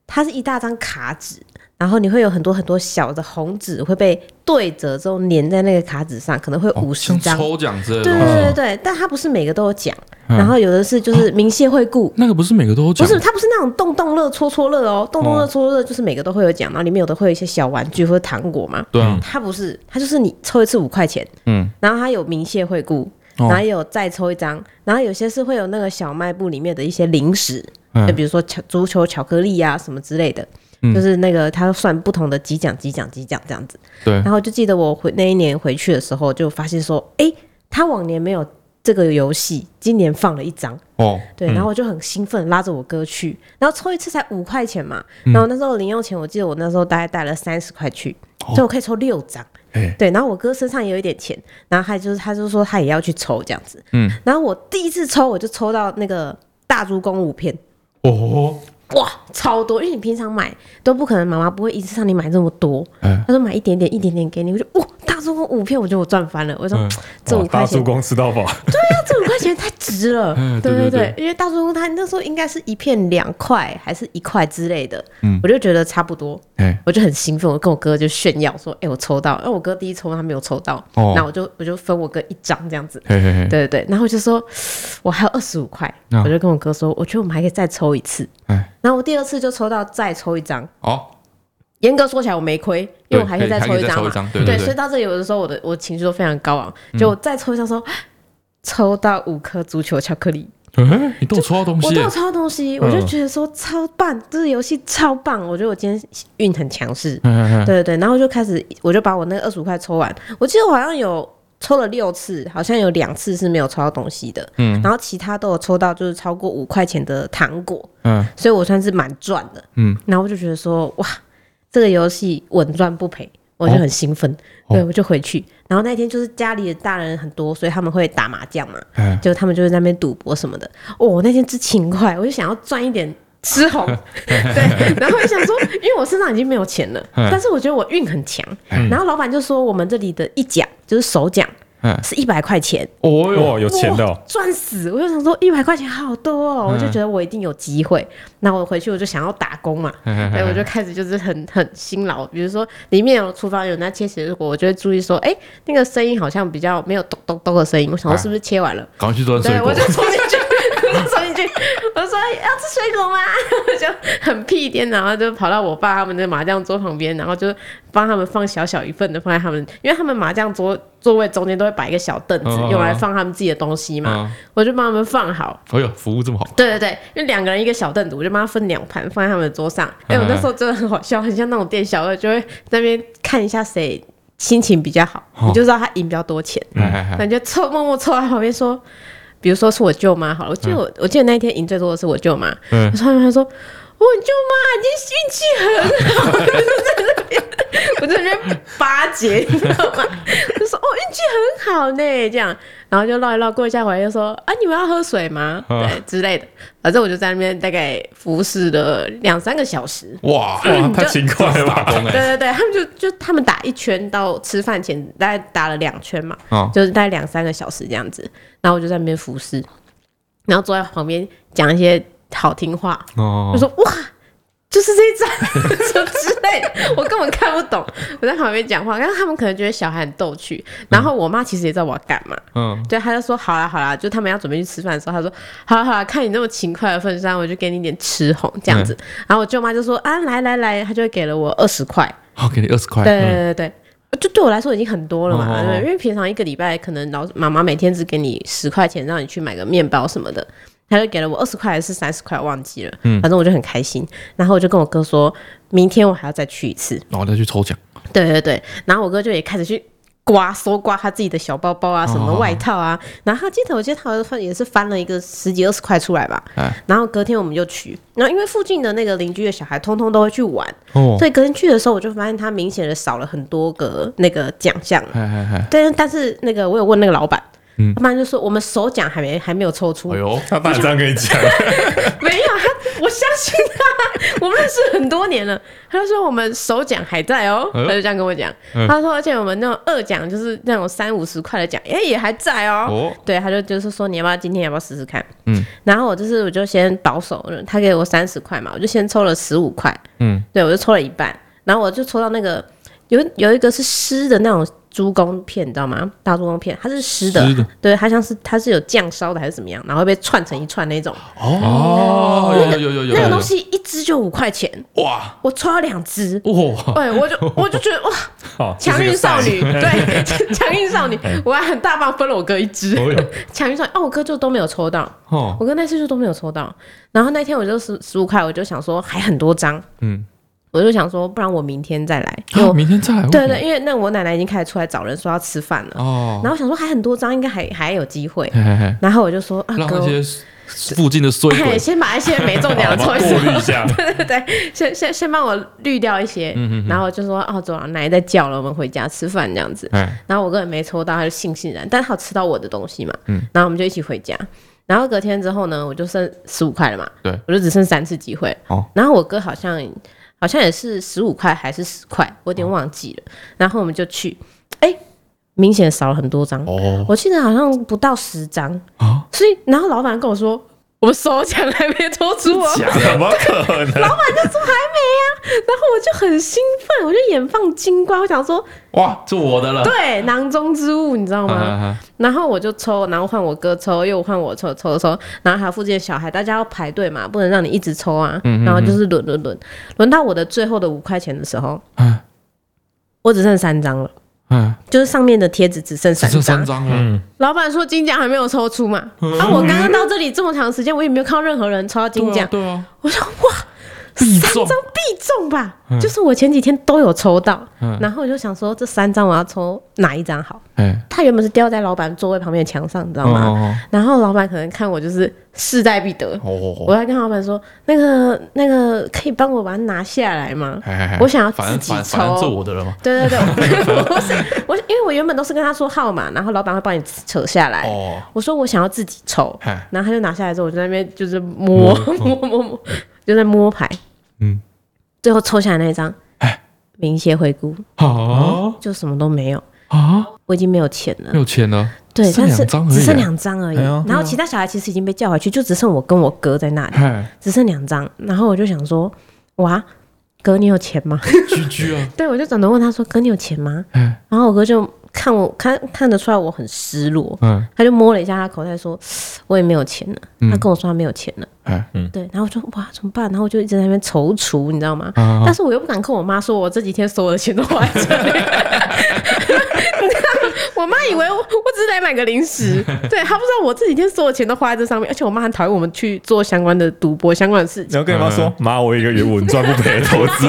Speaker 1: 它是一大张卡纸，然后你会有很多很多小的红纸会被对折之后粘在那个卡纸上，可能会
Speaker 2: 哦
Speaker 1: 五十
Speaker 2: 像
Speaker 1: 张。
Speaker 2: 抽奖之类的
Speaker 1: 对
Speaker 2: 东西，
Speaker 1: 对对对，但它不是每个都有奖，
Speaker 2: 嗯
Speaker 1: 然后有的是就是明谢惠顾。
Speaker 2: 那个不是每个都有
Speaker 1: 不
Speaker 2: 奖
Speaker 1: 是，它不是那种动动乐、戳戳乐哦，动动乐、
Speaker 2: 哦
Speaker 1: 戳戳乐就是每个都会有奖，然后里面有的会有一些小玩具或者糖果嘛。
Speaker 2: 对啊，
Speaker 1: 它不是，它就是你抽一次五块钱，
Speaker 2: 嗯，
Speaker 1: 然后它有明谢惠顾，
Speaker 2: 哦
Speaker 1: 然后也有再抽一张，然后有些是会有那个小卖部里面的一些零食，
Speaker 2: 嗯
Speaker 1: 就比如说巧足球巧克力啊什么之类的，就是那个它算不同的几奖几奖几奖这样子。
Speaker 2: 对
Speaker 1: 然，后就记得我回那一年回去的时候，就发现说，诶，他往年没有这个游戏，今年放了一张。
Speaker 2: 哦，
Speaker 1: 对，然后我就很兴奋，拉着我哥去，然后抽一次才五块钱嘛，
Speaker 2: 嗯
Speaker 1: 然后那时候零用钱，我记得我那时候大概带了三十块去，所以我可以抽六张。
Speaker 2: 哦哎，
Speaker 1: 对，然后我哥身上也有一点钱，然后他就是他就说他也要去抽这样子，
Speaker 2: 嗯，
Speaker 1: 然后我第一次抽我就抽到那个大猪公五片，
Speaker 2: 哦，
Speaker 1: 哇，超多，因为你平常买都不可能，妈妈不会一次让你买这么多，
Speaker 2: 哎，
Speaker 1: 他说买一点点一点点给你，我就哇，大说我五片，我觉得我赚翻了。我说、
Speaker 2: 嗯
Speaker 1: 这五
Speaker 3: 哇
Speaker 1: 块
Speaker 3: 大
Speaker 1: 钱
Speaker 3: 叔，公吃到饱，
Speaker 1: 啊这五块钱太值了。
Speaker 2: 嗯
Speaker 1: 对
Speaker 2: 对
Speaker 1: 对，
Speaker 2: 对
Speaker 1: 因为大叔公他那时候应该是一片两块还是一块之类的，
Speaker 2: 嗯
Speaker 1: 我就觉得差不多，
Speaker 2: 哎，
Speaker 1: 我就很兴奋，我跟我哥就炫耀说：“哎、我抽到！”然后我哥第一抽他没有抽到，
Speaker 2: 哦哎
Speaker 1: 那我就我就分我哥一张这样子。
Speaker 2: 嘿嘿嘿，
Speaker 1: 对对对，然后我就说，我还有二十五块，
Speaker 2: 啊
Speaker 1: 我就跟我哥说，我觉得我们还可以再抽一次。
Speaker 2: 哎，
Speaker 1: 然后我第二次就抽到再抽一张，
Speaker 2: 哦，
Speaker 1: 严格说起来我没亏，因为我还可以再抽一张
Speaker 2: 抽一
Speaker 1: 嘛。
Speaker 2: 张，对
Speaker 1: 对
Speaker 2: 对嗯
Speaker 1: 所以
Speaker 2: 对，
Speaker 1: 到这里有的时候我的我情绪都非常高昂，就我再抽一张说。啊抽到五颗足球巧克力，
Speaker 2: 哎，你都有抽到东
Speaker 1: 我
Speaker 2: 西
Speaker 1: 都
Speaker 2: 耶
Speaker 1: 有，抽到东西，我就
Speaker 3: 嗯
Speaker 1: 觉得说超棒，这个游戏超棒，我觉得我今天运很强势。
Speaker 2: 嘿嘿嘿，
Speaker 1: 对对对，然后就开始，我就把我那个二十五块抽完。我记得我好像有抽了六次，好像有两次是没有抽到东西的，嗯，然后其他都有抽到，就是超过五块钱的糖果，
Speaker 2: 嗯，
Speaker 1: 所以我算是蛮赚的，
Speaker 2: 嗯。
Speaker 1: 然后我就觉得说，哇，这个游戏稳赚不赔，我就很兴奋，
Speaker 2: 哦
Speaker 1: 对我就回去。然后那天就是家里的大人很多，所以他们会打麻将嘛，
Speaker 2: 哎，
Speaker 1: 就他们就是在那边赌博什么的。哦，我那天之勤快，我就想要赚一点吃 红，对，然后我就想说，因为我身上已经没有钱了，
Speaker 2: 嗯
Speaker 1: 但是我觉得我运很强。
Speaker 2: 嗯
Speaker 1: 然后老板就说，我们这里的一奖就是首奖
Speaker 2: 嗯
Speaker 1: 是一百块钱，
Speaker 2: 哦哟，
Speaker 3: 哇，有钱的哦，
Speaker 1: 赚死！我就想说一百块钱好多
Speaker 2: 嗯
Speaker 1: 哦，我就觉得我一定有机会。那我回去我就想要打工嘛，
Speaker 2: 嘿嘿嘿
Speaker 1: 对，我就开始就是很很辛劳。比如说里面有厨房有那切水果，我就会注意说，哎，那个声音好像比较没有咚咚咚的声音，我
Speaker 2: 哎
Speaker 1: 想说是不是切完了？
Speaker 2: 赶快去端水
Speaker 1: 对，
Speaker 2: 果
Speaker 1: 我就，冲进去， 我就冲进去，我说要吃水果吗？ 我就很屁颠，然后就跑到我爸他们的麻将桌旁边，然后就帮他们放小小一份的放在他们，因为他们麻将桌座位中间都会摆一个小凳子，
Speaker 2: 嗯嗯嗯
Speaker 1: 用来放他们自己的东西嘛，
Speaker 2: 嗯，
Speaker 1: 我就帮他们放好。
Speaker 2: 哎呦，服务这么好，
Speaker 1: 对对对，因为两个人一个小凳子，我就帮他分两盘放在他们的桌上。哎、我那时候真的很好笑，很像那种店小二，就会在那边看一下谁心情比较好，
Speaker 2: 哦
Speaker 1: 你就知道他赢比较多钱。
Speaker 2: 哎哎哎，
Speaker 1: 感觉凑默默凑在旁边说，比如说是我舅妈好了，我记得我、我记得那一天赢最多的是我舅妈，
Speaker 2: 嗯
Speaker 1: 我突然他说我舅妈今天运气很好，我就在那边我在那边巴结，你知道吗？就说哦运气很好呢，这样，然后就绕一绕，过一下回来就说啊你们要喝水吗？
Speaker 2: 嗯
Speaker 1: 对之类的，反正我就在那边大概服侍了两三个小时。
Speaker 2: 哇，
Speaker 3: 哇，太勤快了
Speaker 2: 打
Speaker 3: 吧？
Speaker 2: 工
Speaker 1: 对
Speaker 2: 哎，
Speaker 1: 对对，他们就就他们打一圈到吃饭前，大概打了两圈嘛，
Speaker 2: 啊，
Speaker 1: 就是大概两三个小时这样子，然后我就在那边服侍，然后坐在旁边讲一些好听话，
Speaker 2: 哦
Speaker 1: 就，说哇，就是这一张 什么之类的，我根本看不懂。我在旁边讲话，然后他们可能觉得小孩很逗趣，然后我妈其实也知道我要干嘛，
Speaker 2: 嗯，
Speaker 1: 对，她就说好啦好啦，就他们要准备去吃饭的时候，她说好啦好啦，看你那么勤快的份上，我就给你一点吃红这样子。然后我舅妈就说啊来来来，她就会给了我二十块，
Speaker 2: 好，给你二十块，
Speaker 1: 对
Speaker 2: 嗯
Speaker 1: 对对对。就对我来说已经很多了嘛，
Speaker 2: 哦哦哦
Speaker 1: 对因为平常一个礼拜可能老妈妈每天只给你十块钱，让你去买个面包什么的，她就给了我二十块还是三十块，忘记了，
Speaker 2: 嗯
Speaker 1: 反正我就很开心。然后我就跟我哥说，明天我还要再去一次。
Speaker 2: 然后再去抽奖，
Speaker 1: 对对对，然后我哥就也开始去刮搜刮他自己的小包包啊，什么
Speaker 2: 哦
Speaker 1: 外套啊。然后他记得我记得他好像也是翻了一个十几二十块出来吧。
Speaker 2: 哎
Speaker 1: 然后隔天我们就去，然后因为附近的那个邻居的小孩通通都会去玩，
Speaker 2: 哦，
Speaker 1: 所以隔天去的时候，我就发现他明显的少了很多个那个奖项。
Speaker 2: 哎哎哎，
Speaker 1: 但但是那个我有问那个老板，老板就说我们首奖还没还没有抽出，
Speaker 2: 哎呦，
Speaker 3: 他当然这样跟你 讲，
Speaker 1: 没有他，我相信他，我们认识很多年了。他就说我们首奖还在哦、
Speaker 2: 哎呦
Speaker 1: 他就这样跟我讲。
Speaker 2: 嗯
Speaker 1: 他说而且我们那种二奖就是那种三五十块的奖，哎、也还在哦、
Speaker 2: 哦
Speaker 1: 对，他就就是说你要不要今天要不要试试看？
Speaker 2: 嗯，
Speaker 1: 然后我就是我就先保守，他给我三十块嘛，我就先抽了十五块，
Speaker 2: 嗯，
Speaker 1: 对我就抽了一半，然后我就抽到那个有有一个是湿的那种猪公片，你知道吗？大猪公片，它是湿的，
Speaker 2: 湿的
Speaker 1: 对，它像是它是有酱烧的还是怎么样，然后会被串成一串那种，
Speaker 2: 哦，有有有有
Speaker 1: 那个
Speaker 2: 有
Speaker 1: 东，西一只就五块钱，
Speaker 2: 哇
Speaker 1: 我抽了两只。
Speaker 2: 哇，
Speaker 1: 对，我就我就觉得 哇，
Speaker 3: 哦
Speaker 1: 强
Speaker 3: 这是
Speaker 1: 运
Speaker 3: 个
Speaker 1: 少
Speaker 3: 善意
Speaker 1: 女，对， 强运少女，
Speaker 2: 嗯
Speaker 1: 我还很大方分了我哥一只
Speaker 2: 哎， 呦，
Speaker 1: 强运少女，哦，我哥就都没有抽到，
Speaker 2: 哦，
Speaker 1: 我跟那次就都没有抽到。然后那天我就十十五块，我就想说还很多张，
Speaker 2: 嗯，
Speaker 1: 我就想说不然我明天再来，因为
Speaker 2: 啊
Speaker 1: 我
Speaker 2: 明天再来，
Speaker 1: 对对，，因为那我奶奶已经开始出来找人说要吃饭了，
Speaker 2: 哦
Speaker 1: 然，后我想说还很多张，应该还还有机会。
Speaker 2: 嘿嘿嘿，
Speaker 1: 然后我就说啊
Speaker 2: 让
Speaker 1: 哥
Speaker 2: 那，些附近的衰
Speaker 1: 哎，
Speaker 2: 鬼，
Speaker 1: 先把一些没中奖的
Speaker 3: 好
Speaker 1: 抽
Speaker 3: 吧
Speaker 1: 一
Speaker 3: 过滤一
Speaker 1: 抽，
Speaker 3: 下， 嗯
Speaker 1: 对对对，先先先帮我滤掉一些，然后我就说哦，走啊，奶奶在叫了，我们回家吃饭这样
Speaker 3: 嗯
Speaker 1: 子。
Speaker 2: 哎，
Speaker 1: 然后我个人没抽到，他就悻悻然，但他有吃到我的东西嘛，
Speaker 3: 嗯
Speaker 1: 然后我们就一起回家。然后隔天之后呢，我就剩十五块了嘛，
Speaker 2: 对
Speaker 1: 我就只剩三次机会。
Speaker 2: 哦，
Speaker 1: 然后我哥好像
Speaker 3: 哦
Speaker 1: 好像也是十五块还是十块，我有点忘记了。然后我们就去，哎，明显少了很多张，
Speaker 2: 哦
Speaker 1: 我记得好像不到十张。
Speaker 2: 啊，
Speaker 1: 所以，然后老板跟我 说，我们首奖还没抽出哦，然
Speaker 3: 怎么可能？
Speaker 1: 后我就很兴奋，我就眼放金光，我想说，
Speaker 2: 哇，是我的了，
Speaker 1: 对，囊中之物，你知道
Speaker 2: 啊啊
Speaker 1: 吗？
Speaker 2: 啊
Speaker 1: 然后我就抽，然后换我哥抽，又换我抽，抽抽，然后还有附近的小孩，大家要排队嘛，不能让你一直抽啊。
Speaker 2: 嗯
Speaker 1: 然后就是轮轮轮，轮到我的最后的五块钱的时候，
Speaker 2: 啊
Speaker 1: 我只剩三张了，
Speaker 2: 嗯，
Speaker 1: 就是上面的贴纸只剩
Speaker 2: 只
Speaker 1: 三
Speaker 2: 剩
Speaker 1: 张
Speaker 2: 三。张嗯了，
Speaker 1: 老板说金奖还没有抽出嘛，啊，我刚刚到这里这么长时间，我也没有看到任何人抽到金
Speaker 2: 对啊
Speaker 1: 奖，
Speaker 2: 对啊，
Speaker 1: 我说哇，
Speaker 2: 必
Speaker 1: 三
Speaker 2: 中嗯
Speaker 1: 张必中吧，就是我前几天都有抽到，然后我就想说这三张我要抽哪一张好？
Speaker 2: 哎，
Speaker 1: 它原本是吊在老板座位旁边的墙上，你知道吗？
Speaker 2: 哦
Speaker 1: 然后老板可能看我就是势在必得，
Speaker 2: 哦
Speaker 1: 我，要跟老板说那个那个可以帮我把它拿下来吗？
Speaker 2: 哎哎哎
Speaker 1: 我想要
Speaker 2: 反正
Speaker 1: 自己
Speaker 2: 反反正是
Speaker 1: 抽
Speaker 2: 我的了嘛，
Speaker 1: 对对对， 我我是我因为我原本都是跟他说号码，然后老板会帮你扯下来。
Speaker 2: 哦，
Speaker 1: 我说我想要自己抽，
Speaker 2: 哎，
Speaker 1: 然后他就拿下来之后，我就在那边就是摸 摸摸摸，就在摸牌。
Speaker 2: 哦嗯，哎
Speaker 1: 最后抽下来那一张，明谢回顾，
Speaker 2: 好
Speaker 1: 就什么都没有，
Speaker 2: 哦啊，
Speaker 1: 我已经没有钱了
Speaker 2: 没。有钱了，
Speaker 1: 对，
Speaker 2: 嗯剩
Speaker 1: 但是
Speaker 2: 两张而
Speaker 1: 只剩，两张而
Speaker 2: 已，啊
Speaker 1: 已
Speaker 3: 哎呦。
Speaker 1: 然后其他小孩其实已经被叫回去，就只剩我跟我哥在 那里，
Speaker 2: 哎，
Speaker 1: 只剩两张。然后我就想说，哇，哥你有钱吗？
Speaker 2: 居居啊，
Speaker 1: 对，我就转头问他说，哥你有钱吗？
Speaker 2: 哎，
Speaker 1: 然后我哥就看我看看得出来我很失落，
Speaker 2: 嗯，
Speaker 1: 他就摸了一下他口袋说， 我也没有钱了。
Speaker 2: 嗯
Speaker 1: 他跟我说他没有钱了。
Speaker 2: 哎，
Speaker 1: 对，然后我就哇怎么办？然后我就一直在那边踌躇，你知道吗？
Speaker 2: 啊
Speaker 1: 但是我又不敢跟我妈说，我这几天所有的钱都花在这里。 我妈以为我我只是来买个零 食，对她不知道我这几天所有钱都花在这上面，而且我妈很讨厌我们去做相关的赌博相关的事
Speaker 3: 你
Speaker 1: 情。
Speaker 3: 要跟你妈
Speaker 2: 嗯
Speaker 3: 说，妈，我有一个原稳赚不赔的投资，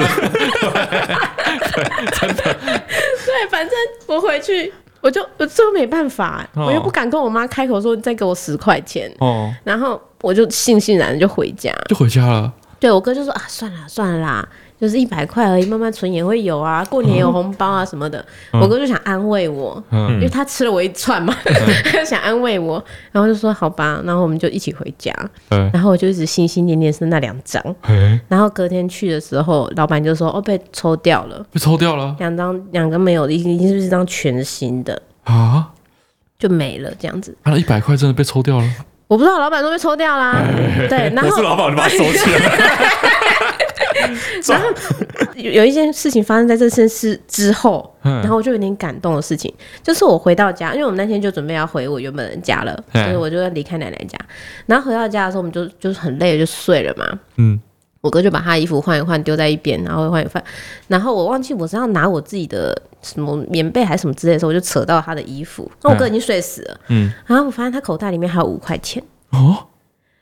Speaker 1: 对，反正我回去我就我最后没办法，
Speaker 2: 哦
Speaker 1: 我又不敢跟我妈开口说你再给我十块钱，
Speaker 2: 哦，
Speaker 1: 然后我就悻悻然地就回家。
Speaker 2: 就回家了，
Speaker 1: 对我哥就说啊，算了算了啦，就是一百块而已，慢慢存也会有啊，过年有红包啊什么的。
Speaker 3: 嗯
Speaker 1: 我哥就想安慰我，
Speaker 2: 嗯
Speaker 1: 因为他吃了我一串嘛， 他就想安慰我，然后就说好吧，然后我们就一起回家，
Speaker 2: 哎，
Speaker 1: 然后我就一直心心念念是那两张，
Speaker 2: 哎，
Speaker 1: 然后隔天去的时候，老板就说哦被抽掉了，
Speaker 2: 被抽掉了
Speaker 1: 两张两个没有的，已经是一张全新的
Speaker 2: 啊，
Speaker 1: 就没了这样子，
Speaker 2: 他那一百块真的被抽掉了，
Speaker 1: 我不知道老板都被抽掉啦， 对， 然
Speaker 3: 我
Speaker 1: 后
Speaker 3: 是老板，我就把它收起 来。
Speaker 1: 然后有有一件事情发生在这件事之后，
Speaker 2: 嗯
Speaker 1: 然后我就有点感动的事情，就是我回到家，因为我们那天就准备要回我原本的家了，
Speaker 2: 嗯
Speaker 1: 就是我就要离开奶奶家。然后回到家的时候，我们就就是很累就睡了嘛。
Speaker 2: 嗯，
Speaker 1: 我哥就把他的衣服换一换丢在一边，然后换一换，然后我忘记我是要拿我自己的什么棉被还是什么之类的时候，我就扯到他的衣服，那我哥已经睡死了。
Speaker 2: 嗯，
Speaker 1: 然后我发现他口袋里面还有五块钱，
Speaker 2: 哦，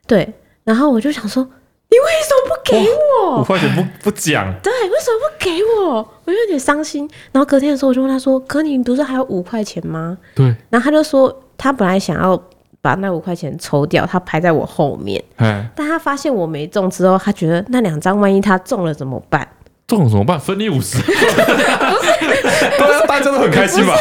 Speaker 1: 对，然后我就想说，你为什么不给我？
Speaker 3: 五块钱不不讲，
Speaker 1: 对，为什么不给我？我就有点伤心。然后隔天的时候，我就问他说：“哥，你不是还有五块钱吗
Speaker 2: 对，？”
Speaker 1: 然后他就说，他本来想要把那五块钱抽掉，他排在我后面，
Speaker 2: 哎，
Speaker 1: 但他发现我没中之后，他觉得那两张万一他中了怎么办？
Speaker 2: 这种怎么办？分你五十，
Speaker 1: 啊
Speaker 3: 大家大家都很开心吧？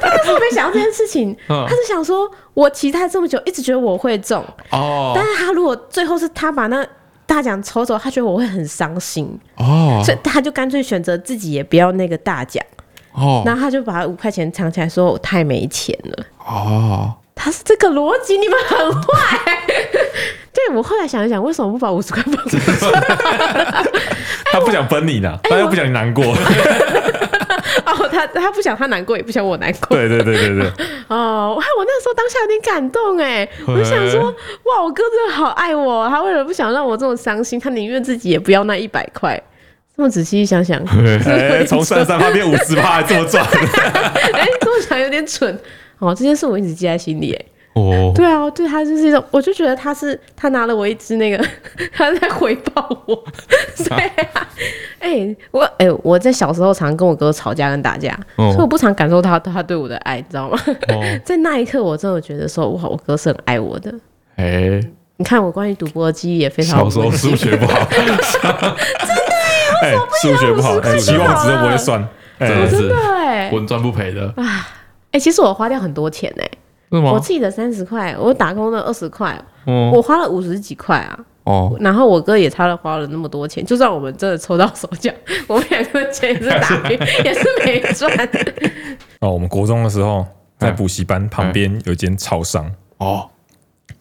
Speaker 1: 他是没想到这件事情，
Speaker 2: 嗯
Speaker 1: 他是想说，我期待这么久，一直觉得我会中，
Speaker 2: 哦
Speaker 1: 但是他如果最后是他把那大奖抽走，他觉得我会很伤心，
Speaker 2: 哦
Speaker 1: 所以他就干脆选择自己也不要那个大奖，
Speaker 2: 哦
Speaker 1: 然后他就把五块钱藏起来，说我太没钱了。
Speaker 2: 哦，
Speaker 1: 他是这个逻辑，你们很坏。对我后来想一想，为什么不把五十块放进去？
Speaker 3: 他不想分你呢，但又不想你难过。
Speaker 1: 哦，他他不想他难过，也不想我难过。
Speaker 3: 对对对对对，
Speaker 1: 哦，我我那时候当下有点感动哎，我就想说，哇，我哥真的好爱我，他为了不想让我这么伤心，他宁愿自己也不要那一百块。这么仔细一想想，
Speaker 3: 哎，从三三趴变五十趴，还这么赚。
Speaker 1: 哎，这么想有点蠢。哦，这件事我一直记在心里哎。
Speaker 2: 哦，
Speaker 1: 对啊，对他就是一种，我就觉得他是他拿了我一支那个， 他在回报 我。对啊，哎、我哎、我在小时候常跟我哥吵架跟打架，
Speaker 2: 哦
Speaker 1: 所以我不常感受到他对我的爱，你知道吗？
Speaker 2: 哦，
Speaker 1: 在那一刻，我真的觉得说，哇，我哥是很爱我的。
Speaker 2: 哎，
Speaker 1: 你看我关于赌博的记忆也非常
Speaker 2: 小时候数学不好，
Speaker 3: 哎，数学不好，哎，期望值都不会算。哎
Speaker 2: 啊真的
Speaker 1: 真
Speaker 2: 是
Speaker 1: 的哎、哎、
Speaker 2: 稳赚不赔 的，
Speaker 1: 其实我花掉很多钱哎、
Speaker 2: 是吗
Speaker 1: 我？自己的三十块，我打工的二十块，
Speaker 2: 哦
Speaker 1: 我花了五十几块啊。
Speaker 2: 哦，
Speaker 1: 然后我哥也差了花了那么多钱，就算我们真的抽到手奖， 我们两个的钱也是 打平，也是没赚。
Speaker 3: 哦，我们国中的时
Speaker 2: 嗯
Speaker 3: 候在补习班旁边有一间超商，
Speaker 2: 哦，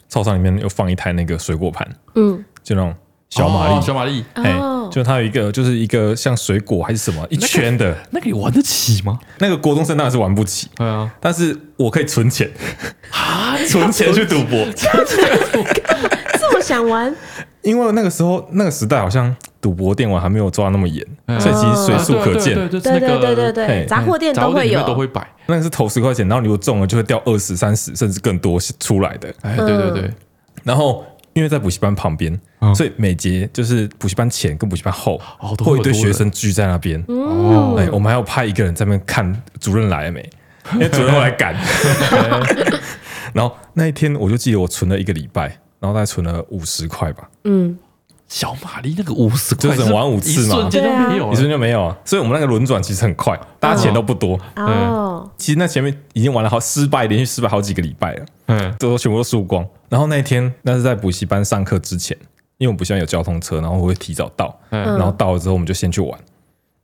Speaker 3: 超商里面有放一台那个水果盘，
Speaker 1: 嗯，
Speaker 3: 就那种小玛
Speaker 2: 哦
Speaker 3: 丽，
Speaker 2: 小玛丽，
Speaker 3: 哎
Speaker 1: 哦，
Speaker 3: 就它有一个就是一个像水果还是什么一圈的，
Speaker 2: 那个你玩得起吗？
Speaker 3: 那个国中生当然是玩不起，
Speaker 2: 对啊，
Speaker 3: 但是我可以存钱，
Speaker 2: 啊，
Speaker 3: 存钱去赌博，
Speaker 1: 这么想玩，
Speaker 3: 因为那个时候那个时代好像赌博电玩还没有抓那么严，
Speaker 2: 嗯
Speaker 3: 所以其实随处可
Speaker 2: 啊对
Speaker 3: 见。
Speaker 2: 对对，就是
Speaker 1: 对
Speaker 2: 那
Speaker 1: 对
Speaker 2: 个哎
Speaker 1: 对对对，
Speaker 3: 嘿
Speaker 1: 杂货店
Speaker 2: 杂
Speaker 1: 都
Speaker 2: 货
Speaker 1: 会
Speaker 2: 店里
Speaker 1: 有
Speaker 2: 面，都会摆，
Speaker 3: 那个是投十块钱，然后你如果中了就会掉二十、三十，甚至更多出来的。
Speaker 2: 哎，对
Speaker 1: 嗯
Speaker 2: 对对，
Speaker 3: 然后因为在补习班旁边，
Speaker 2: 嗯
Speaker 3: 所以每节就是补习班前跟补习班后，
Speaker 2: 哦都会
Speaker 3: 会有一堆
Speaker 2: 很多
Speaker 3: 学
Speaker 2: 人
Speaker 3: 生聚在那边。
Speaker 2: 哦
Speaker 3: 哎，我们还要派一个人在那边看主任来了 没，因为主任会来赶。 然后那一天我就记得我存了一个礼拜，然后大概存了五十块吧，
Speaker 1: 嗯，
Speaker 2: 小玛丽那个五十
Speaker 3: 就
Speaker 2: 块
Speaker 3: 只能玩五次嘛
Speaker 2: 一瞬间
Speaker 1: 对啊
Speaker 2: 就没有
Speaker 3: 一瞬
Speaker 2: 了。
Speaker 3: 间没有啊。所以我们那个轮转其实很快，大家钱都不多。
Speaker 1: 哦，
Speaker 3: 其实那前面已经玩了好失败，连续失败好几个礼拜了，
Speaker 1: 啊
Speaker 2: 嗯，
Speaker 3: 最后全部都输光。然后那一天那是在补习班上课之前，因为我们补习班有交通车，然后我会提早到，
Speaker 2: 嗯
Speaker 3: 然后到了之后我们就先去玩，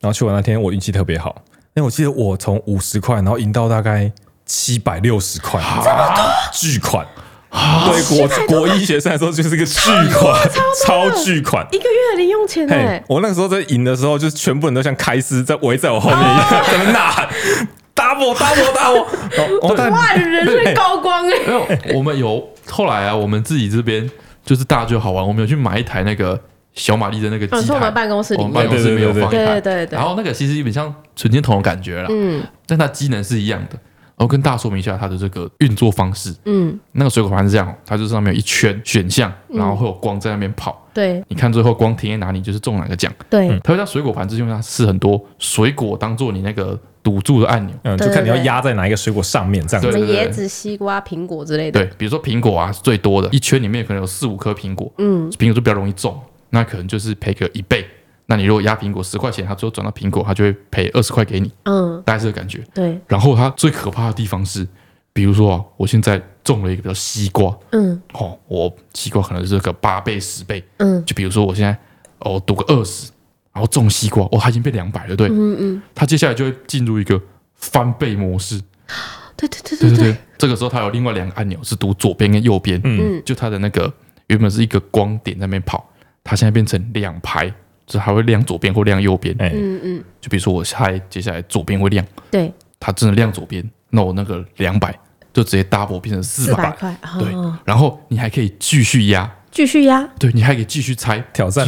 Speaker 3: 然后去玩那天我运气特别好，因为我记得我从五十块然后赢到大概七百六十块，这么多巨款。对国国一学生来说就是个巨款，超巨款。
Speaker 1: 一个月的零用钱
Speaker 3: 嘿
Speaker 1: 哎，，
Speaker 3: 我那个时候在赢的时候，就是全部人都像开司在围在我后面一样，在那边呐喊 double double double，然后哦但
Speaker 1: 哇，人生高光 哎，
Speaker 2: 没有，我们有后来啊，我们自己这边就是大家就好玩，我们有去买一台那个小玛丽的那个
Speaker 1: 嗯
Speaker 2: 机
Speaker 1: 是我
Speaker 2: 台，
Speaker 1: 们办公室里
Speaker 2: 我
Speaker 1: 面
Speaker 2: 们办公室没有放一
Speaker 1: 对
Speaker 2: 台，
Speaker 1: 对对对
Speaker 2: 然后那个其实有点像纯天筒的感觉啦，
Speaker 1: 嗯
Speaker 2: 但它机能是一样的。然后跟大家说明一下它的这个运作方式。
Speaker 1: 嗯，
Speaker 2: 那个水果盘是这样哦，它就是上面有一圈选项，然后会有光在那边跑。
Speaker 1: 对
Speaker 2: 你看最后光停在哪里，就是中哪个奖。
Speaker 1: 对，
Speaker 2: 它会在水果盘之中，它试很多水果当做你那个赌注的按钮。
Speaker 3: 嗯，就看你要压在哪一个水果上面这样
Speaker 1: 什
Speaker 2: 对
Speaker 3: 子。
Speaker 1: 么
Speaker 2: 对对
Speaker 1: 椰子、西瓜、苹果之类的，
Speaker 2: 对，比如说苹果啊，是最多的一圈里面可能有四五颗苹果，
Speaker 1: 嗯
Speaker 2: 苹果就比较容易中，那可能就是赔个一倍。那你如果压苹果十块钱，它最后转到苹果，它就会赔二十块给你，
Speaker 1: 嗯，
Speaker 2: 大概是这个感觉。
Speaker 1: 对，
Speaker 2: 然后它最可怕的地方是，比如说啊，我现在中了一个叫西瓜，
Speaker 1: 嗯
Speaker 2: 哦，我西瓜可能是个八倍十倍，
Speaker 1: 嗯
Speaker 2: 就比如说我现在哦赌个二十，然后中西瓜，哦它已经变两百了，对，
Speaker 1: 嗯嗯，
Speaker 2: 它接下来就会进入一个翻倍模式，
Speaker 1: 对对对
Speaker 2: 对
Speaker 1: 对
Speaker 2: 对
Speaker 1: 对
Speaker 2: 对，，这个时候它有另外两个按钮是读左边跟右边，
Speaker 3: 嗯，
Speaker 2: 就它的那个原本是一个光点在那边跑，它现在变成两排，就是还会亮左边或亮右边。
Speaker 3: 哎，
Speaker 1: 嗯嗯
Speaker 2: 就比如说我猜接下来左边会亮，
Speaker 1: 对，
Speaker 2: 它真的亮左边，那我那个两百就直接 double 变成四
Speaker 1: 四百
Speaker 2: 百，
Speaker 1: 块，
Speaker 2: 对
Speaker 1: 哦，
Speaker 2: 然后你还可以继续压，
Speaker 1: 继续压，
Speaker 2: 对你还可以继续猜，
Speaker 3: 挑战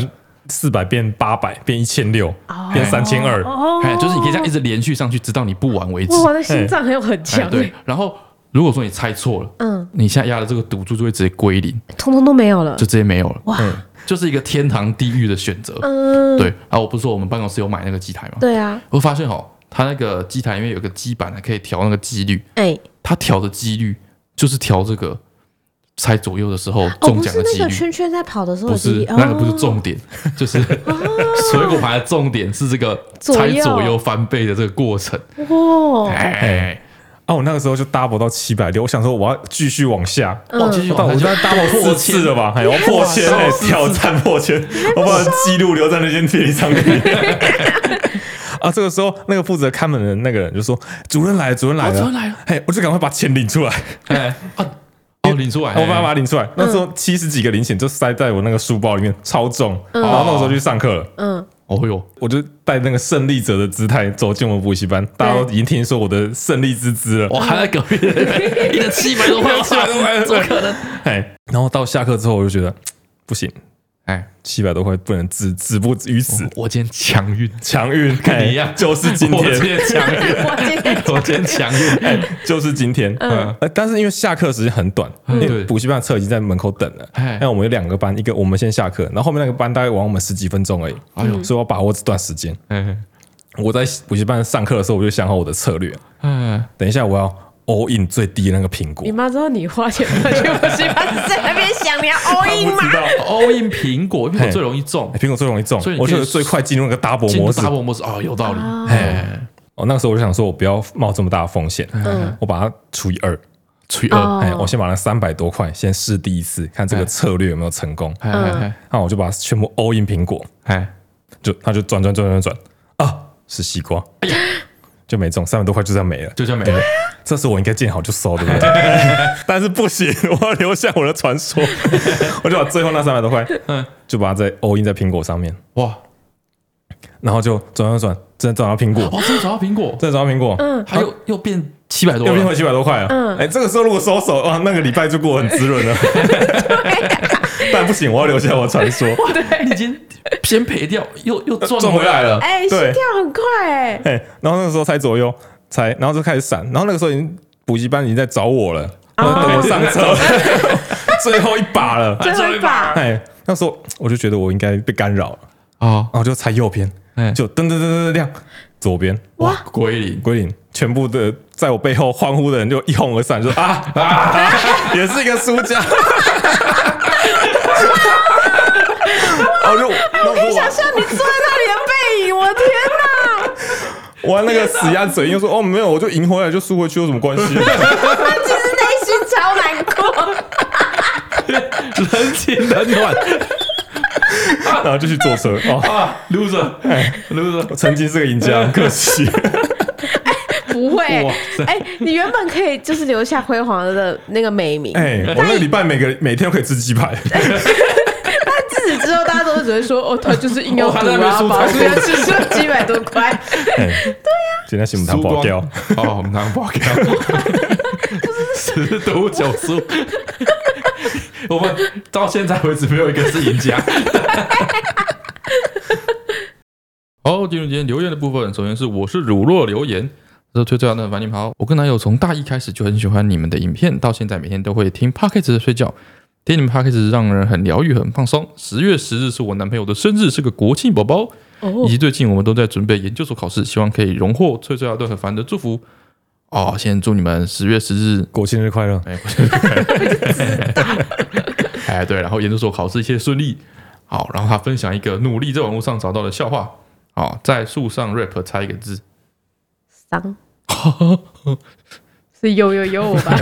Speaker 3: 四百变八百变一千六
Speaker 1: 哦
Speaker 3: 变三千二，
Speaker 1: 哦
Speaker 2: 哎，就是你可以这样一直连续上去，直到你不玩为止。
Speaker 1: 哇，我的心脏很有很
Speaker 2: 哎，
Speaker 1: 强
Speaker 2: 对
Speaker 1: 哎，，
Speaker 2: 然后如果说你猜错了，
Speaker 1: 嗯，
Speaker 2: 你现在压的这个赌注就会直接归零，
Speaker 1: 通通都没有了
Speaker 2: 就，直接没有了，嗯
Speaker 1: 哇，
Speaker 2: 就是一个天堂地狱的选择。
Speaker 1: 嗯，
Speaker 2: 对，然后我不是说我们办公室有买那个机台吗？
Speaker 1: 对啊，
Speaker 2: 我发现哦，它那个机台里面有个基板，啊可以调那个几率，
Speaker 1: 哎，
Speaker 2: 它调的几率就是调这个猜左右的时候
Speaker 1: 哦，
Speaker 2: 中
Speaker 1: 不
Speaker 2: 奖
Speaker 1: 是
Speaker 2: 的几
Speaker 1: 那个
Speaker 2: 率，
Speaker 1: 圈圈在跑的时候
Speaker 2: 不
Speaker 1: 的记
Speaker 2: 是
Speaker 1: 忆，
Speaker 2: 那个不是
Speaker 1: 哦
Speaker 2: 重点， 就是 水果盘的重点是这个
Speaker 1: 左
Speaker 2: 猜
Speaker 1: 右
Speaker 2: 左右翻倍的这个过程。
Speaker 1: 哇，
Speaker 2: 哎，
Speaker 3: 啊，我那个时候就 double 到七百六，我想说我要继续往下，
Speaker 1: 嗯
Speaker 2: 哦，继续
Speaker 3: 但
Speaker 2: 往
Speaker 3: 我
Speaker 2: 下
Speaker 3: 现
Speaker 2: 就
Speaker 3: 在 double
Speaker 2: 破
Speaker 3: 四次了吧，哎，我破千
Speaker 2: 哇
Speaker 3: 哎，
Speaker 2: 四次
Speaker 3: 挑战破千，我把记录留在那间便利商店。啊，这个时候那个负责看门的那个人就说：“主任来了，主任来
Speaker 2: 哦
Speaker 3: 了，
Speaker 2: 主任来了
Speaker 3: 嘿，我就赶快把钱领出来，
Speaker 2: 哎啊，哦，领出来，
Speaker 3: 我把它把它领出来。那时候七十几个零钱就塞在我那个书包里面，超重。然后那个时候去上课了，
Speaker 1: 嗯，
Speaker 2: 哦哟，
Speaker 3: 我就带那个胜利者的姿态走进我们补习班，大家都已经听说我的胜利之姿了。
Speaker 2: 我还在隔 壁，一人七百多块，七百多块，怎么可能？
Speaker 3: 哎，然后到下课之后，我就觉得不行，
Speaker 2: 哎，
Speaker 3: 七百多块不能止止不于此，
Speaker 2: 我今天强运，
Speaker 3: 强运
Speaker 2: 跟你一样
Speaker 3: 哎就是今
Speaker 2: 我今
Speaker 3: 天，哎
Speaker 2: 天强运，
Speaker 1: 我今天
Speaker 2: 我今天强 运，
Speaker 3: 就是今天。
Speaker 2: 嗯
Speaker 3: 嗯，呃但是因为下课时间很短，
Speaker 2: 嗯
Speaker 3: 因
Speaker 2: 对
Speaker 3: 为补习班的车已经在门口等了。
Speaker 2: 哎
Speaker 3: 那我们有两个班，一个我们先下课，然后后面那个班大概晚我们十几分钟而已。
Speaker 2: 哎呦
Speaker 3: 所以我要把握这段时间。
Speaker 2: 嗯
Speaker 3: 我在补习班上课的时候，我就想好我的策略。
Speaker 2: 嗯，
Speaker 3: 等一下我要 all in 最低的那个苹果
Speaker 1: 你。妈知道你花钱买去补习班，在那边想你要 all
Speaker 3: 不
Speaker 1: in 吗？
Speaker 3: 知道，
Speaker 2: all in 苹果，苹果最容易中
Speaker 3: 哎，苹果最容易中
Speaker 2: 所以，你
Speaker 3: 我
Speaker 2: 可以
Speaker 3: 就最快进入那个 double
Speaker 2: 进入
Speaker 3: 模式。
Speaker 2: 大波模式，哦，有道理，
Speaker 1: 哦
Speaker 2: 哎，
Speaker 3: 哦，那个时候我就想说，我不要冒这么大的风险，我把它除以二，
Speaker 2: 除以二，
Speaker 3: 哎，我先把那三百多块先试第一次，看这个策略有没有成功。
Speaker 2: 哎
Speaker 1: 哦
Speaker 2: 哎
Speaker 3: 那我就把它全部 all in 苹果，
Speaker 2: 哎
Speaker 3: 就他就转转转转转啊，是西瓜，就没中，三百多块就这样没了。
Speaker 2: 就这样没了。
Speaker 3: 这时我应该见好就收，对不 对？但是不行， 我要留下我的传说，我就把最后那三百多块，
Speaker 2: 嗯
Speaker 3: 就把它在 all in 在苹果上面，
Speaker 2: 哇，
Speaker 3: 然后就转转转，真的转到苹果，
Speaker 2: 哇，真的哦找到苹果，
Speaker 3: 真的转到苹果，
Speaker 2: 还有又变七百多
Speaker 3: 又变回
Speaker 2: 了，
Speaker 3: 七百多块啊！哎，这个时候如果收手，哇，那个礼拜就过得很滋润了。但不行，我要留下我的传说。
Speaker 2: 你哎已经先赔掉，又又赚
Speaker 3: 赚回来了
Speaker 1: 哎，心
Speaker 3: 对
Speaker 1: 跳很快哎、
Speaker 3: 嘿，然后那个时候才左右，才然后就开始闪，然后那个时候已经补习班已经在找我了，然后等我上车， 最后一把了。
Speaker 1: 最后一把，
Speaker 3: 哎，那时候我就觉得我应该被干扰了，
Speaker 2: 啊！
Speaker 3: 然后就猜右边，
Speaker 2: 哎，
Speaker 3: 就噔噔噔噔噔亮，左边
Speaker 2: 哇，归零，
Speaker 3: 归零，全部的在我背后欢呼的人就一哄而散，就说啊 啊，也是一个输家。我哦就，那我说
Speaker 1: 想象你坐在那里的背影，我的天哪！
Speaker 3: 我玩那个死鸭嘴硬，又说哦没有，我就赢回来就输回去有什么关 系？
Speaker 1: 他其实内心超难过。
Speaker 2: 人情 冷暖
Speaker 3: 然后就去坐车哦。
Speaker 2: 啊，loser，loser，
Speaker 3: 我曾经是个赢家，很可 惜。
Speaker 1: 不会
Speaker 2: 哇，
Speaker 1: 哎、你原本可以就是留下辉煌的那个美名，
Speaker 3: 哎、我那个礼拜每个每天都可以吃鸡排，
Speaker 1: 自此之后大家都只会说，哦，他就是硬要
Speaker 2: 哦他
Speaker 1: 赌
Speaker 2: 在那边
Speaker 1: 啊，
Speaker 2: 输
Speaker 1: 保输
Speaker 2: 超
Speaker 1: 要吃出几百多块，
Speaker 3: 今天新闻不好 掉，
Speaker 2: 哦，我们拿爆掉，十赌九输。我们到现在为止没有一个是赢家。 好，进入今天留言的部分，首先是我是乳酪留言。这推最好的反你们好，我跟男友从大一开始就很喜欢你们的影片，到现在每天都会听 p o c k e t 睡觉，听你们 p o c k e t 让人很疗愈、很放松。十月十日是我男朋友的生日，是个国庆宝宝。以
Speaker 1: 哦，
Speaker 2: 及最近我们都在准备研究所考试，希望可以荣获翠翠阿顿和凡的祝福。哦，先祝你们十月十日，
Speaker 3: 国庆日快乐！
Speaker 2: 哎，哎，对，然后研究所考试一切顺利。好，然后他分享一个努力在网络上找到的笑话。好，在树上 rap 猜一个字，
Speaker 1: 伤。 是有有有我 吧？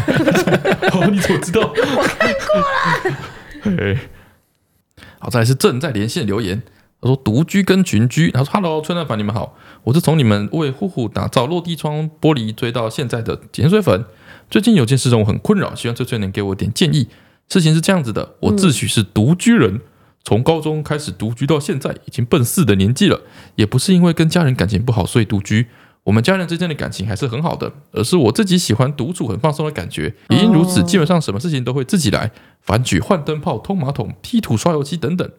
Speaker 2: 哦，你怎么知道？我看过了。好，再来是正在连线留言，他说独居跟群居，他说 Hello，春蛋凡你们好，我是从你们为户户打造落地窗玻璃追到现在的潜水粉。最近有件事让我很困扰，希望翠翠能给我点建议。事情是这样子的，我自诩是独居人，从高中开始独居到现在，已经奔四的年纪了，也不是因为跟家人感情不好所以独居。我们家人之间的感情还是很好的，而是我自己喜欢独处、很放松的感觉。也因如此，
Speaker 1: 哦
Speaker 2: 基本上什么事情都会自己来，反举、换灯泡、通马桶、踢土、刷油漆等等。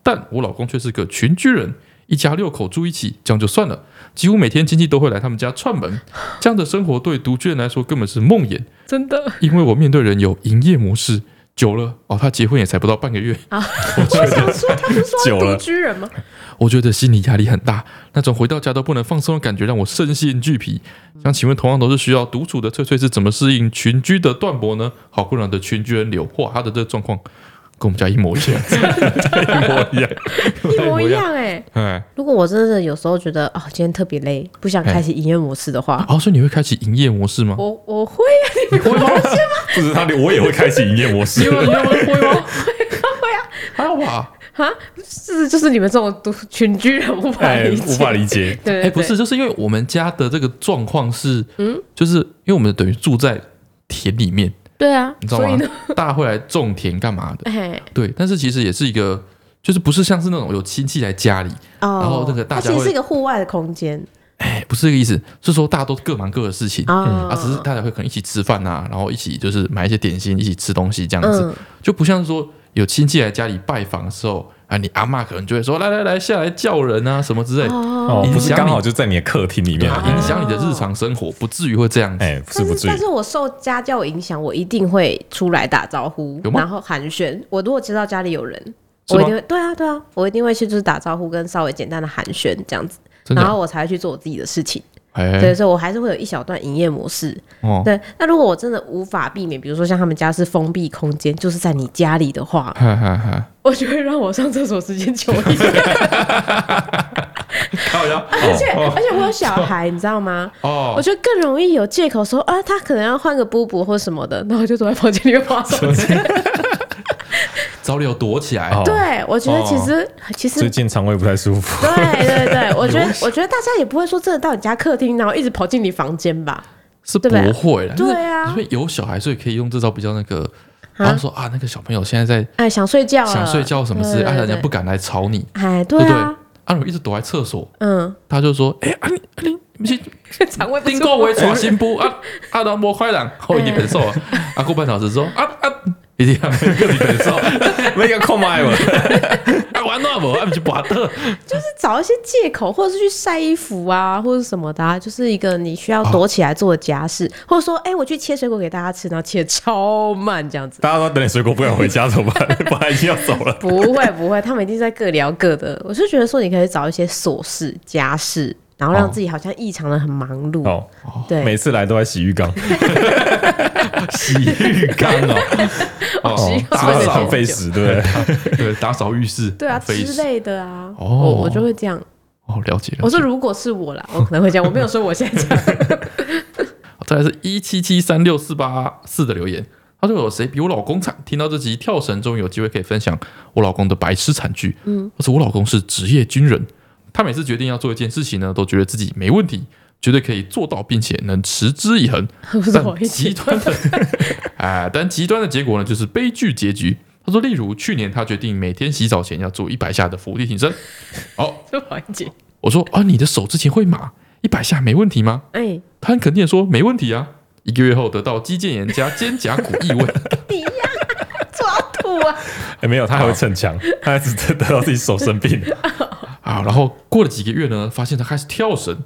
Speaker 2: 但我老公却是个群居人，一家六口住一起，这样就算了，几乎每天亲戚都会来他们家串门。这样的生活对独居人来说根本是梦魇，
Speaker 1: 真的，
Speaker 2: 因为我面对人有营业模式，久了哦，他结婚也才不到半个月，
Speaker 1: 我想说，他不是
Speaker 3: 久
Speaker 1: 说
Speaker 3: 了
Speaker 1: 独居人吗？
Speaker 2: 我觉得心理压力很大，那种回到家都不能放松的感觉让我身心俱疲。想请问，同样都是需要独处的翠翠是怎么适应群居的段博呢？好困扰的群居人流，哇，他的这个状况跟我们家一模一样，一模一样，
Speaker 1: 一模一。样哎。
Speaker 2: 哎，
Speaker 1: 如果我真的有时候觉得哦，今天特别累，不想开启营业模式的话，
Speaker 2: 哦，所以你会开启营业模式吗？
Speaker 1: 哎我我会啊，你们
Speaker 3: 不止他，我也会开启营业模式
Speaker 2: 你。会吗？会吗？
Speaker 1: 会 啊？
Speaker 2: 还好吧？
Speaker 1: 啊，是就是你们这种独群居人无法
Speaker 3: 哎
Speaker 1: 理，解，
Speaker 3: 无法理解。
Speaker 1: 对对
Speaker 2: 哎、不是，，就是因为我们家的这个状况是，嗯，就是因为我们等于住在田里面，
Speaker 1: 对对啊
Speaker 2: 你，知道
Speaker 1: 所以
Speaker 2: 吗
Speaker 1: 呢，？
Speaker 2: 大家会来种田干嘛的？
Speaker 1: 哎，
Speaker 2: 对，但是其实也是一个，就是不是像是那种有亲戚来家里，
Speaker 1: 哦，
Speaker 2: 然后那个大
Speaker 1: 它
Speaker 2: 家
Speaker 1: 其实
Speaker 2: 会
Speaker 1: 是一个户外的空间
Speaker 2: 哎、不是这个意思，是说大家都各忙各的事情。
Speaker 1: 啊
Speaker 2: 啊，只是大家会可能一起吃饭呐、然后一起就是买一些点心，一起吃东西这样子，
Speaker 1: 嗯
Speaker 2: 就不像是说有亲戚来家里拜访的时候啊，你阿嬷可能就会说来来来下来叫人啊什么之类的，
Speaker 3: 哦
Speaker 1: 哦，
Speaker 3: 不是刚好就在你的客厅里
Speaker 2: 对
Speaker 3: 面
Speaker 2: 啊，影响你的日常生活，不至于会这样子。
Speaker 3: 哎，不是不
Speaker 1: 但
Speaker 3: 至
Speaker 1: 是
Speaker 3: 于
Speaker 1: 但。是我受家教影响，我一定会出来打招呼
Speaker 2: 有，吗
Speaker 1: 然后寒暄。我如果知道家里有人，
Speaker 2: 是
Speaker 1: 我
Speaker 2: 吗
Speaker 1: 一定会对啊对啊，我一定会去就是打招呼跟稍微简单的寒暄这样子，
Speaker 2: 真的
Speaker 1: 然
Speaker 2: 啊
Speaker 1: 后，我才会去做我自己的事情。对，
Speaker 2: 哎，
Speaker 1: 所以我还是会有一小段营业模式。
Speaker 2: 哦，
Speaker 1: 对，那如果我真的无法避免，比如说像他们家是封闭空间，就是在你家里的 话，
Speaker 2: 哈哈哈，
Speaker 1: 我就会让我上厕所时间久一点。
Speaker 2: 靠呀，
Speaker 1: 而且而且我有小孩，你知道吗？
Speaker 2: 哦
Speaker 1: 我，就更容易有借口说啊，他可能要换个布布或什么的，然后就躲在房间里面划手机。
Speaker 2: 早点有躲起来
Speaker 3: 哦
Speaker 1: 对，我觉得其
Speaker 2: 哦
Speaker 1: 实、其实
Speaker 3: 最近肠胃不太舒服，
Speaker 1: 对对对，我觉得我觉得大家也不会说真的到你家客厅，然后一直跑进你房间吧？
Speaker 2: 是不
Speaker 1: 对不对
Speaker 2: 会的。
Speaker 1: 对啊
Speaker 2: 因为有小孩，所以可以用这招比较那个，
Speaker 1: 啊
Speaker 2: 然后说啊，那个小朋友现在
Speaker 1: 哎，想睡觉
Speaker 2: 在
Speaker 1: 了，
Speaker 2: 想睡觉什么之类，
Speaker 1: 对
Speaker 2: 啊，
Speaker 1: 对
Speaker 2: 人家
Speaker 1: 对
Speaker 2: 不敢来吵你，
Speaker 1: 哎，对
Speaker 2: 对不对？
Speaker 1: 啊
Speaker 2: 啊，，如果一直躲在厕所，
Speaker 1: 嗯，
Speaker 2: 他就说，哎，啊你啊你你 是
Speaker 1: 肠胃不
Speaker 2: 顶
Speaker 1: 舒
Speaker 2: 过
Speaker 1: 服
Speaker 2: 为耍新妇啊啊，然后快人，
Speaker 1: 哎
Speaker 2: 后一点难受啊，啊过半小时之后啊啊，一定要个你 难受，
Speaker 3: 没个空麦嘛，
Speaker 2: 啊玩那无，啊不是拔的，
Speaker 1: 就是找一些借口，或者是去晒衣服啊，或者什么的、啊，就是一个你需要躲起来做的家事，
Speaker 2: 啊
Speaker 1: 或者说，哎、我去切水果给大家吃，然后切超慢这样子。
Speaker 3: 大家都在等你水果不敢回家怎 么办？本来已经要走了，
Speaker 1: 不会不会，他们一定在各聊各的。我是觉得说，你可以找一些琐事、家事，然
Speaker 2: 哦
Speaker 1: 后让自己好像异常的很忙碌。
Speaker 3: 哦，每
Speaker 1: 对，
Speaker 3: 次来都在洗浴缸，
Speaker 2: 洗浴缸 哦，
Speaker 1: 洗浴
Speaker 2: 哦
Speaker 1: 缸
Speaker 3: 打
Speaker 2: 打
Speaker 3: 扫很
Speaker 2: 扫
Speaker 3: 费时，对不对？
Speaker 2: 对打扫浴室，
Speaker 1: 对啊
Speaker 2: 费
Speaker 1: 之
Speaker 2: 事
Speaker 1: 类的啊。
Speaker 2: 哦
Speaker 1: 我我就会这样。
Speaker 2: 哦，了解了
Speaker 1: 我
Speaker 2: 解
Speaker 1: 说。如果是我啦，我可能会这样。我没有说我现在这 样。
Speaker 2: 再来是一七七三六四八四的留言，他说有谁比我老公惨？听到这集跳绳，终于有机会可以分享我老公的白痴惨剧。嗯，而且我老公是职业军人，他每次决定要做一件事情呢，都觉得自己没问题，绝对可以做到，并且能持之以恒。
Speaker 1: 不是我
Speaker 2: 但
Speaker 1: 一起。
Speaker 2: 极端的， 哎，但极端的结果呢，就是悲剧结局。他说，例如去年他决定每天洗澡前要做一百下的伏地挺身。哦，
Speaker 1: 是我一起。
Speaker 2: 我说啊，你的手之前会麻，一百下没问题吗？
Speaker 1: 哎、
Speaker 2: 他很肯定的说没问题啊。一个月后得到肌腱炎加肩胛骨异位，
Speaker 1: 你呀，抓土啊！
Speaker 3: 哎，没有，他还会逞 强，他只得到自己手生病了，
Speaker 2: 啊，然后过了几个月呢，发现他开始跳绳，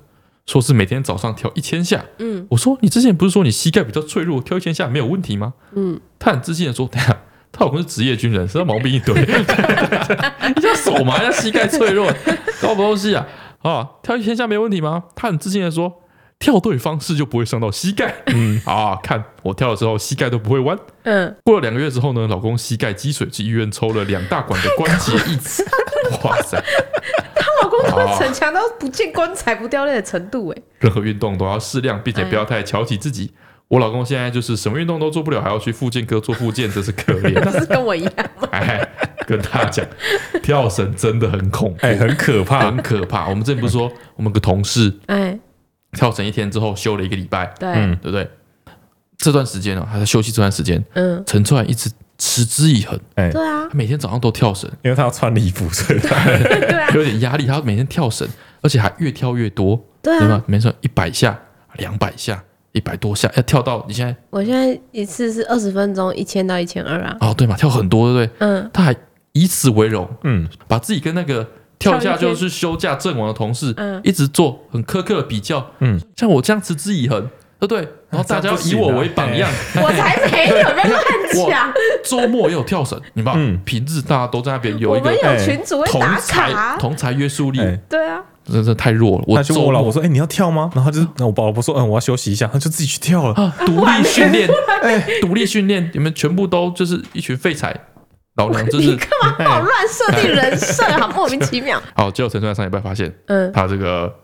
Speaker 2: 说是每天早上跳一千下。嗯，我说你之前不是说你膝盖比较脆弱，跳一千下没有问题吗？嗯，他很自信的说，等一下。她老公是职业军人，身上毛病一堆， 一下手麻，一下膝盖脆弱，搞什么东西啊？啊，跳一千下没问题吗？他很自信的说，跳对方式就不会伤到膝盖。嗯， 啊，看我跳的时候膝盖都不会弯。
Speaker 1: 嗯，
Speaker 2: 过了两个月之后呢，老公膝盖积水，去医院抽了两大管的关节异子。哇塞！
Speaker 1: 老公都会逞强到不见棺材不掉泪的程度 哎、
Speaker 2: 任何运动都要适量，并且不要太瞧起自己。我老公现在就是什么运动都做不了，还要去复健科做复健，真是可 怜。
Speaker 1: 不是跟我一样吗？
Speaker 2: 哎，跟大家讲，跳绳真的很恐 怖，
Speaker 3: 哎，很可怕
Speaker 2: 很。可怕。我们之前不是说，我们有个同事
Speaker 1: 哎，
Speaker 2: 跳绳一天之后休了一个礼拜，
Speaker 1: 对，
Speaker 3: 嗯
Speaker 2: 对不对？这段时间呢、哦他在休息这段时间，
Speaker 1: 嗯，
Speaker 2: 陈川一直持之以恒，
Speaker 3: 哎，
Speaker 1: 对啊
Speaker 2: 他，每天早上都跳绳，
Speaker 3: 因为他要穿礼服，所以他
Speaker 1: 对 啊，
Speaker 2: 有点压力，他每天跳绳，而且还越跳越多，
Speaker 1: 对
Speaker 2: 对
Speaker 1: 啊
Speaker 2: 吧？。没错，一百下、两百下、一百多下，要跳到你现在
Speaker 1: 我现在一次是二十分钟，一千到一千二啊。
Speaker 2: 哦，对嘛，跳很多，对不对？
Speaker 1: 嗯，
Speaker 2: 他还以此为荣，
Speaker 3: 嗯，
Speaker 2: 把自己跟那个跳一
Speaker 1: 跳
Speaker 2: 下
Speaker 1: 一天
Speaker 2: 就是休假阵亡的同事，
Speaker 1: 嗯
Speaker 2: 一直做很苛刻的比较，
Speaker 3: 嗯，
Speaker 2: 像我这样持之以恒，对不对？然后 大家要以我为榜样，
Speaker 3: 哎
Speaker 1: 我才没有，不要 乱讲。
Speaker 2: 周末也有跳绳，你知道吗，
Speaker 3: 嗯
Speaker 2: 平日大家都在那边有
Speaker 1: 我
Speaker 2: 一
Speaker 1: 们
Speaker 2: 个
Speaker 1: 有群主会
Speaker 2: 同
Speaker 1: 打
Speaker 2: 才
Speaker 1: 卡，啊
Speaker 2: 同才约束力，
Speaker 3: 哎
Speaker 1: 对啊，
Speaker 2: 真的太弱了。我
Speaker 3: 他就
Speaker 2: 周
Speaker 3: 问我老婆
Speaker 2: 末
Speaker 3: 说：“哎，你要跳吗？”然后他就是，那我老婆说：“嗯，我要休息一下。”他就自己去跳了。
Speaker 2: 啊，独立训练，哎独立训练，你们全部都就是一群废柴。老 娘就
Speaker 1: 你
Speaker 2: 是哎
Speaker 1: 干嘛帮我乱设定人设啊？莫名其妙。
Speaker 2: 好，结果陈川上礼拜发现
Speaker 1: 嗯，
Speaker 2: 他这个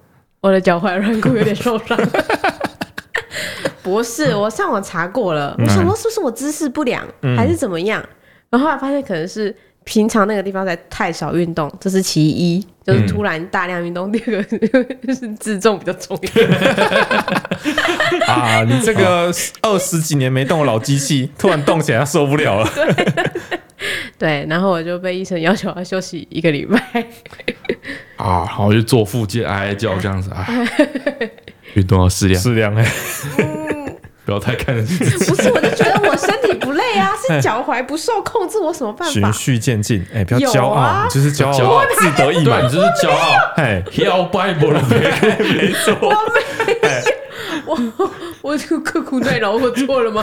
Speaker 1: 我的脚踝软骨有点受 伤。不是，我上网查过了，
Speaker 3: 嗯
Speaker 1: 我想说是不是我姿势不良，还是怎么样？然后后来发现可能是平常那个地方在太少运动，这是其一，就是突然大量运动；第二个 就是自重比较重要。
Speaker 3: 啊，你这个二十几年没动的老机器，突然动起来，他受不了了。
Speaker 1: 对，然后我就被医生要求要休息一个礼拜。
Speaker 2: 啊，然后就做复健，哀哀叫这样子 啊。唉运动要适量，
Speaker 3: 是这样哎，
Speaker 2: 不要太看得起自己。
Speaker 1: 不是，我就觉得我身体不累 啊，是脚踝不受控制，我有什么办
Speaker 3: 循
Speaker 1: 法？
Speaker 3: 序渐进，哎，不要
Speaker 1: 有
Speaker 3: 骄傲，
Speaker 1: 啊
Speaker 3: 你就是骄
Speaker 2: 骄
Speaker 3: 傲
Speaker 2: 傲，
Speaker 3: 自得意
Speaker 2: 对，
Speaker 3: 满
Speaker 2: 你。就是骄 傲，
Speaker 3: 哎，
Speaker 2: 摇摆不了。
Speaker 3: 没错，
Speaker 1: 我我这个刻苦耐劳，我错了吗？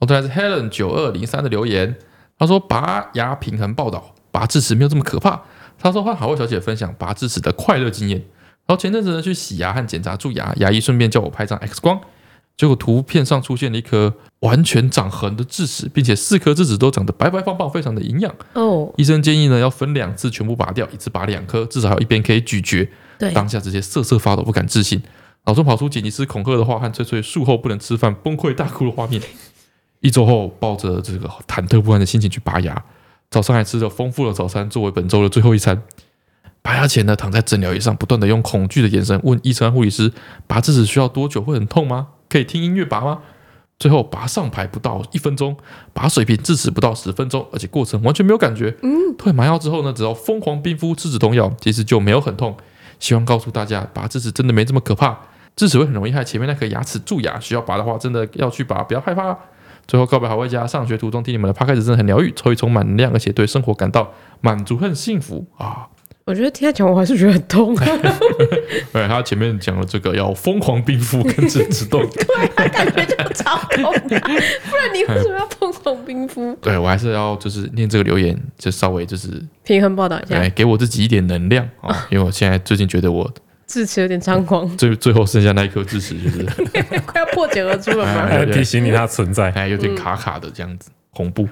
Speaker 2: 哦，对，是 Helen 九二零三的留言，他说拔牙平衡报道，拔智齿没有这么可怕。他说和好味小姐分享拔智齿的快乐经验。然后前阵子呢去洗牙和检查蛀牙，牙医顺便叫我拍张 X 光，结果图片上出现了一颗完全长横的智齿，并且四颗智齿都长得白白胖胖，非常的营养。
Speaker 1: 哦，
Speaker 2: 医生建议呢要分两次全部拔掉，一次拔两颗，至少还有一边可以咀嚼。
Speaker 1: 对，
Speaker 2: 当下直接瑟瑟发抖，不敢置信，脑中跑出剪辑师恐吓的话和翠翠术后不能吃饭崩溃大哭的画面。一周后，抱着这个忐忑不安的心情去拔牙，早上还吃着丰富的早餐作为本周的最后一餐。拔牙前呢，躺在诊疗椅上，不断的用恐惧的眼神问医生、护理师：拔智齿需要多久？会很痛吗？可以听音乐拔吗？最后拔上排不到一分钟，拔水平智齿不到十分钟，而且过程完全没有感觉。嗯，退麻药之后呢，只要疯狂冰敷智齿痛药，其实就没有很痛。希望告诉大家，拔智齿真的没这么可怕，智齿会很容易害前面那颗牙齿蛀牙，需要拔的话真的要去拔，不要害怕。最后告白好外家，上学途中听你们的 p 开始真的很疗愈，超级充满能量，而且对生活感到满足和幸福啊！
Speaker 1: 我觉得听他讲，我还是觉得很痛、 啊，
Speaker 2: 对，哎他前面讲了这个要疯狂冰敷跟智齿痛，
Speaker 1: 感觉就超痛的、不然你为什么要疯狂冰敷？
Speaker 2: 对我还是要就是念这个留言，就稍微就是
Speaker 1: 平衡报道一下
Speaker 2: 哎，，给我自己一点能量啊、因为我现在最近觉得我，
Speaker 1: 智齿有点张狂
Speaker 2: 最最后剩下那一颗智齿就是
Speaker 1: 快要破茧而出了吗？
Speaker 3: 哎提醒你它存在。
Speaker 2: 哎有
Speaker 1: 嗯
Speaker 2: 点卡卡的这样子，恐怖。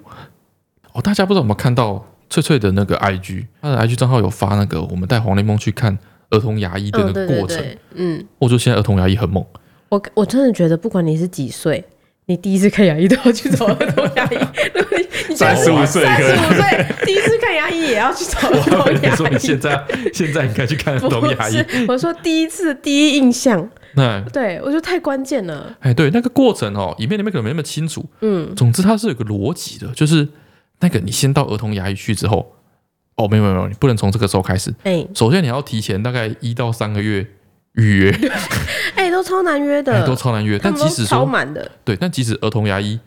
Speaker 2: 哦，大家不知道有没有看到翠翠的那个 IG，她的 IG 账号有发那个我们带黄连梦去看儿童牙医的那
Speaker 1: 嗯，对
Speaker 2: 个
Speaker 1: 对
Speaker 2: 过程，
Speaker 1: 对，嗯，
Speaker 2: 我觉得现在儿童牙医很猛，
Speaker 1: 我我真的觉得，不管你是几岁，你第一次看牙医都要去找儿童牙 医。如果你你
Speaker 3: 三十五岁
Speaker 1: 三
Speaker 3: 可
Speaker 1: 十
Speaker 3: 以，
Speaker 1: 五岁第一次看牙医也要去找儿
Speaker 2: 我
Speaker 1: 童
Speaker 2: 跟你
Speaker 1: 牙
Speaker 2: 说，你现
Speaker 1: 医。
Speaker 2: 在现在应该去看儿
Speaker 1: 不
Speaker 2: 童牙医。
Speaker 1: 是，我说第一次第一印象，
Speaker 2: 那
Speaker 1: 对我觉得太关键了。
Speaker 2: 哎，对，那个过程哦，影片里面可能没那么清楚。
Speaker 1: 嗯，
Speaker 2: 总之，它是有个逻辑的，就是那个你先到儿童牙医去之后，哦，没有没有没有，你不能从这个时候开始。
Speaker 1: 哎
Speaker 2: 首先，你要提前大概一到三个月预约，
Speaker 1: 哎，都超难约
Speaker 2: 哎
Speaker 1: 的，
Speaker 2: 都超难约。
Speaker 1: 他
Speaker 2: 但
Speaker 1: 们
Speaker 2: 即
Speaker 1: 都
Speaker 2: 使
Speaker 1: 超
Speaker 2: 说
Speaker 1: 满的，
Speaker 2: 对，但即使儿童牙医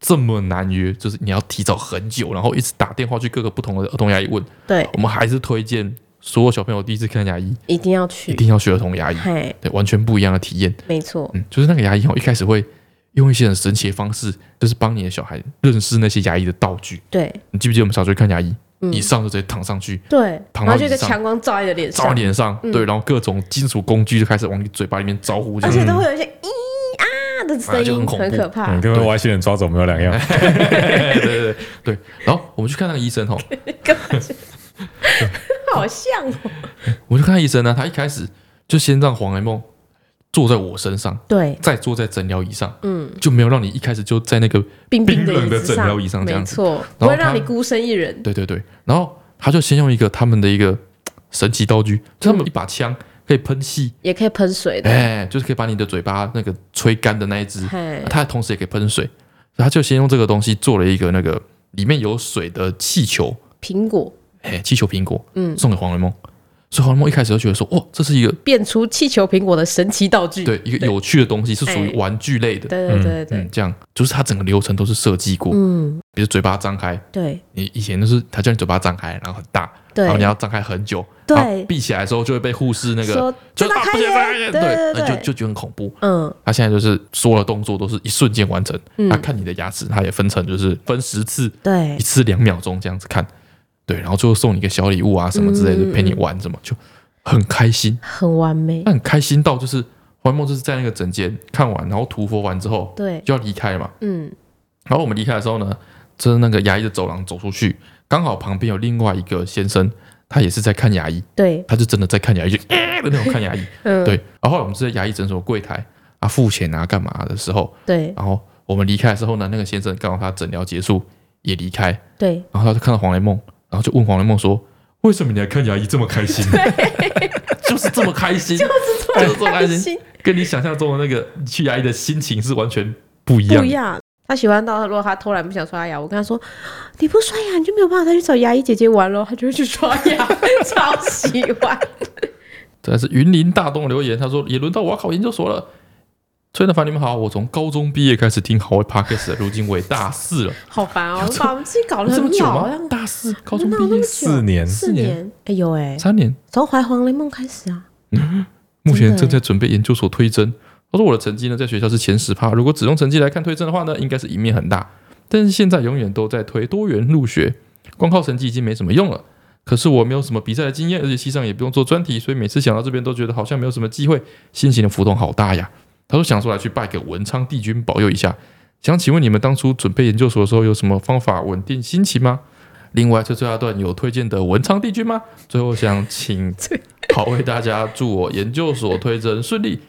Speaker 2: 这么难约，就是你要提早很久，然后一直打电话去各个不同的儿童牙医问，
Speaker 1: 对，
Speaker 2: 我们还是推荐所有小朋友第一次看牙医
Speaker 1: 一定要
Speaker 2: 一
Speaker 1: 去。
Speaker 2: 定要学儿童牙医，
Speaker 1: 嘿，
Speaker 2: 对，完全不一样的体验。
Speaker 1: 没错，
Speaker 2: 嗯，就是那个牙医哦，一开始会用一些很神奇的方式，就是帮你的小孩认识那些牙医的道具。
Speaker 1: 对，
Speaker 2: 你记不记得我们小时候去看牙医，
Speaker 1: 嗯
Speaker 2: 一，上就直接躺上去，
Speaker 1: 对，
Speaker 2: 躺
Speaker 1: 然
Speaker 2: 到
Speaker 1: 后就一个
Speaker 2: 椅上
Speaker 1: 强光照在你嗯的脸
Speaker 2: 照
Speaker 1: 上
Speaker 2: 你，脸上，对，然后各种金属工具就开始往你嘴巴里面招呼，这
Speaker 1: 而
Speaker 2: 样
Speaker 1: 且都会有一些咿啊的声
Speaker 2: 啊就很
Speaker 1: 音，
Speaker 2: 恐怖
Speaker 1: 很可怕
Speaker 3: 嗯，。跟外星人抓走没有两样。
Speaker 2: 哎嗯对对对对。然后我们去看那个医生哦，
Speaker 1: 根本就好像哦。
Speaker 2: 我就看那医生呢，啊他一开始就先让黄雷梦坐在我身上，
Speaker 1: 对，
Speaker 2: 再坐在诊疗椅上，
Speaker 1: 嗯，
Speaker 2: 就没有让你一开始就在那个
Speaker 1: 冰
Speaker 2: 冰
Speaker 1: 的
Speaker 2: 冷的
Speaker 1: 椅子
Speaker 2: 枕头
Speaker 1: 上，
Speaker 2: 椅上这样
Speaker 1: 没
Speaker 2: 子
Speaker 1: 错，
Speaker 2: 然后
Speaker 1: 不会让
Speaker 2: 他
Speaker 1: 你孤身一人。
Speaker 2: 对对对，然后他就先用一个他们的一个呃神奇道具，就他们有一把枪可以喷气，
Speaker 1: 也可以喷水的，
Speaker 2: 哎、就是可以把你的嘴巴那个吹干的那一只，
Speaker 1: 嗯嘿，
Speaker 2: 它同时也可以喷水，所以他就先用这个东西做了一个那个里面有水的气球，
Speaker 1: 苹果
Speaker 2: 哎、气球苹果，
Speaker 1: 嗯
Speaker 2: 送给黄雷梦。所以黄雷梦一开始就觉得说，哦，这是一个
Speaker 1: 变出气球苹果的神奇道具。
Speaker 2: 对一个有趣的东西，是属于
Speaker 1: 哎
Speaker 2: 玩具类的，
Speaker 1: 对对对对
Speaker 2: 嗯
Speaker 1: 对，，
Speaker 2: 这样就是它整个流程都是设计过，
Speaker 1: 嗯，
Speaker 2: 比如嘴巴张开，
Speaker 1: 对
Speaker 2: 你以前就是他叫你嘴巴张开，然后很大，
Speaker 1: 对
Speaker 2: 然后你要张开很久，
Speaker 1: 对
Speaker 2: 然后闭起来的时候就会被护士那个
Speaker 1: 说张
Speaker 2: 就是啊
Speaker 1: 开
Speaker 2: 不行不行
Speaker 1: 眼，
Speaker 2: 不行对，
Speaker 1: 对
Speaker 2: 那
Speaker 1: 对
Speaker 2: 就
Speaker 1: 对，
Speaker 2: 就觉得很恐怖。
Speaker 1: 嗯
Speaker 2: 他现在就是所有的动作都是一瞬间完成，他
Speaker 1: 嗯，
Speaker 2: 看你的牙齿，他也分成就是分十次，
Speaker 1: 对
Speaker 2: 一，次两秒钟这样子看，对，然后最后送你一个小礼物啊什么之类的，
Speaker 1: 嗯嗯
Speaker 2: 陪你玩什么，就很开心。
Speaker 1: 很完美
Speaker 2: 他，很开心到就是黄梦就是在那个诊间看完，然后涂佛完之后
Speaker 1: 对，
Speaker 2: 就要离开嘛，
Speaker 1: 嗯，
Speaker 2: 然后我们离开的时候呢，就是那个牙医的走廊走出去，刚好旁边有另外一个先生，他也是在看牙医，
Speaker 1: 对，
Speaker 2: 他就真的在看牙医， 就的那种看牙医。
Speaker 1: 嗯，
Speaker 2: 对，然后后来我们是在牙医诊所柜台啊付钱啊干嘛的时候，
Speaker 1: 对
Speaker 2: 然后我们离开的时候呢，那个先生刚好他诊疗结束也离开，
Speaker 1: 对，
Speaker 2: 然后他就看到黄雷梦，然后就问黄雷梦说。 为什么你来看牙医这么开 心？就是这么开心， 就是这么开心，
Speaker 1: 心
Speaker 2: 跟你想象中的那个去牙医的心情是完全不一样
Speaker 1: 不
Speaker 2: 的
Speaker 1: 一。样。他喜欢到，如果他突然不想刷牙，我跟他说：“你不刷牙，你就没有办法再去找牙医姐姐玩了。”他就会去刷牙， 超喜欢。
Speaker 2: 这是云林大东留言，他说也轮到我要考研究所了。崔德凡，你们好，我从高中毕业开始听好味 Podcast，的如今我也大 四了，
Speaker 1: 好烦哦，我把我们自己搞得
Speaker 2: 这么
Speaker 1: 很
Speaker 2: 久
Speaker 1: 老，
Speaker 2: 吗
Speaker 1: 像？
Speaker 2: 大四，高中毕
Speaker 1: 那
Speaker 2: 业
Speaker 1: 么久啊
Speaker 3: 四年
Speaker 1: 四年，哎呦哎，
Speaker 2: 三年，
Speaker 1: 从怀黄雷梦开始啊，
Speaker 2: 目前
Speaker 1: 真的
Speaker 2: 正在准备研究所推甄。他说我的成绩呢，在学校是前十趴，如果只用成绩来看推甄的话呢，应该是赢面很大。但是现在永远都在推多元入学，光靠成绩已经没什么用了。可是我没有什么比赛的经验，而且系上也不用做专题，所以每次想到这边都觉得好像没有什么机会，心情的浮动好大呀。他说想说来去拜个文昌帝君保佑一下。想请问你们当初准备研究所的时候有什么方法稳定心情吗？另外，翠翠阿段有推荐的文昌帝君吗？最后想请好为大家祝我研究所推甄顺利。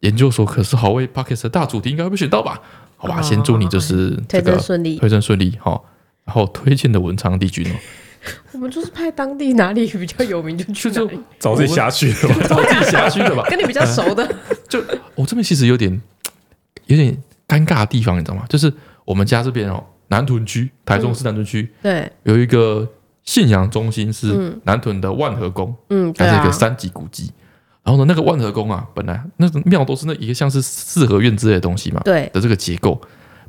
Speaker 2: 研究所可是好为 Pockets 的大主题，应该会被选到吧？好吧，
Speaker 1: 哦
Speaker 2: 先祝你就是这
Speaker 1: 推
Speaker 2: 个
Speaker 1: 荐顺利。
Speaker 2: 推甄顺利哈。然后推荐的文昌帝君哦，
Speaker 1: 我们就是派当地哪里比较有名就去哪
Speaker 2: 就
Speaker 1: 里，
Speaker 3: 找自己下去了吧。
Speaker 2: 超级辖区的吧？
Speaker 1: 跟你比较熟 的。
Speaker 2: 就我这边其实有点有点尴尬的地方，你知道吗？就是我们家这边哦，南屯区，台中
Speaker 1: 嗯
Speaker 2: 市南屯区、
Speaker 1: 对，
Speaker 2: 有一个信仰中心是南屯的万和宫，
Speaker 1: 嗯，
Speaker 2: 它
Speaker 1: 对
Speaker 2: 是一
Speaker 1: 啊
Speaker 2: 个，三级古迹。然后呢，那个万和宫啊，本来那个庙都是那一个像是四合院之类的东西嘛
Speaker 1: 对，
Speaker 2: 的这个结构，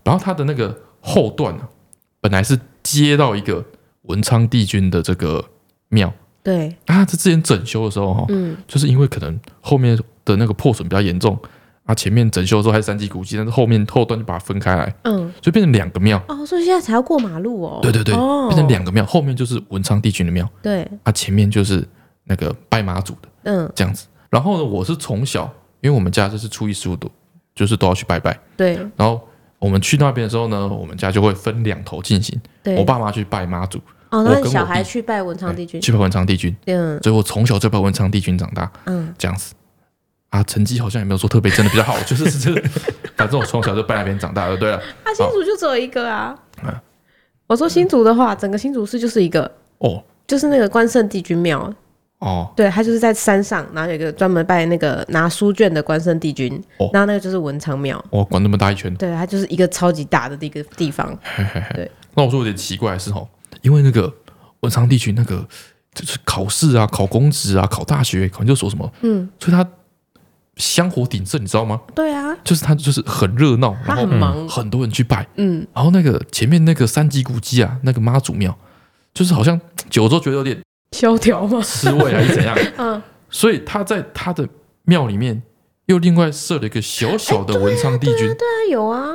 Speaker 2: 然后它的那个后段啊，本来是接到一个文昌帝君的这个庙
Speaker 1: 对，
Speaker 2: 啊，这之前整修的时候哈、哦，
Speaker 1: 嗯，
Speaker 2: 就是因为可能后面的那个破损比较严重啊，前面整修的时候还是三级古迹，但是后面后段就把它分开来，
Speaker 1: 嗯，
Speaker 2: 就变成两个庙。
Speaker 1: 哦，所以现在才要过马路哦。
Speaker 2: 哦对对对，
Speaker 1: 哦
Speaker 2: 变成两个庙，后面就是文昌帝君的庙，
Speaker 1: 对，
Speaker 2: 啊，前面就是那个拜妈祖的
Speaker 1: 嗯，
Speaker 2: 这样子。然后呢，我是从小，因为我们家就是初一十五都就是都要去拜拜，
Speaker 1: 对
Speaker 2: 然后我们去那边的时候呢，我们家就会分两头进行，
Speaker 1: 对。
Speaker 2: 我爸妈去拜妈祖，
Speaker 1: 哦，
Speaker 2: 我
Speaker 1: 那
Speaker 2: 跟
Speaker 1: 小
Speaker 2: 我
Speaker 1: 孩
Speaker 2: 弟
Speaker 1: 去拜文昌帝君，
Speaker 2: 去拜文昌帝君，
Speaker 1: 嗯
Speaker 2: 所以我从小就拜文昌帝君长大。
Speaker 1: 嗯，
Speaker 2: 这样子啊，成绩好像也没有说特别真的比较好， 就是就是，反正我从小就拜那边长大的，对了。
Speaker 1: 啊，新竹就只有一个啊
Speaker 2: 嗯。
Speaker 1: 我说新竹的话，整个新竹市就是一个，
Speaker 2: 哦
Speaker 1: 就是那个关圣帝君庙，
Speaker 2: 哦
Speaker 1: 对，它就是在山上，然后有一个专门拜那个拿书卷的关圣帝君，
Speaker 2: 哦
Speaker 1: 然后那个就是文昌庙，
Speaker 2: 哦，管那么大一圈，
Speaker 1: 对，它就是一个超级大的一个地方，
Speaker 2: 嘿嘿嘿
Speaker 1: 对。
Speaker 2: 那我说有点奇怪的是哦，因为那个文昌地区那个就是考试啊、考公职啊、考大学、考研究所什么，
Speaker 1: 嗯，
Speaker 2: 所以他香火鼎盛，你知道吗？
Speaker 1: 对啊，
Speaker 2: 就是他就是很热闹，
Speaker 1: 它
Speaker 2: 然后
Speaker 1: 很忙，
Speaker 2: 很多人去拜，
Speaker 1: 嗯，
Speaker 2: 然后那个前面那个三级古迹啊，那个妈祖庙，就是好像久了之后觉得有点
Speaker 1: 萧条嘛，
Speaker 2: 吃味啊还是怎样，
Speaker 1: 嗯，
Speaker 2: 所以他在他的庙里面又另外设了一个小小的文昌帝君。对啊，
Speaker 1: 那有啊，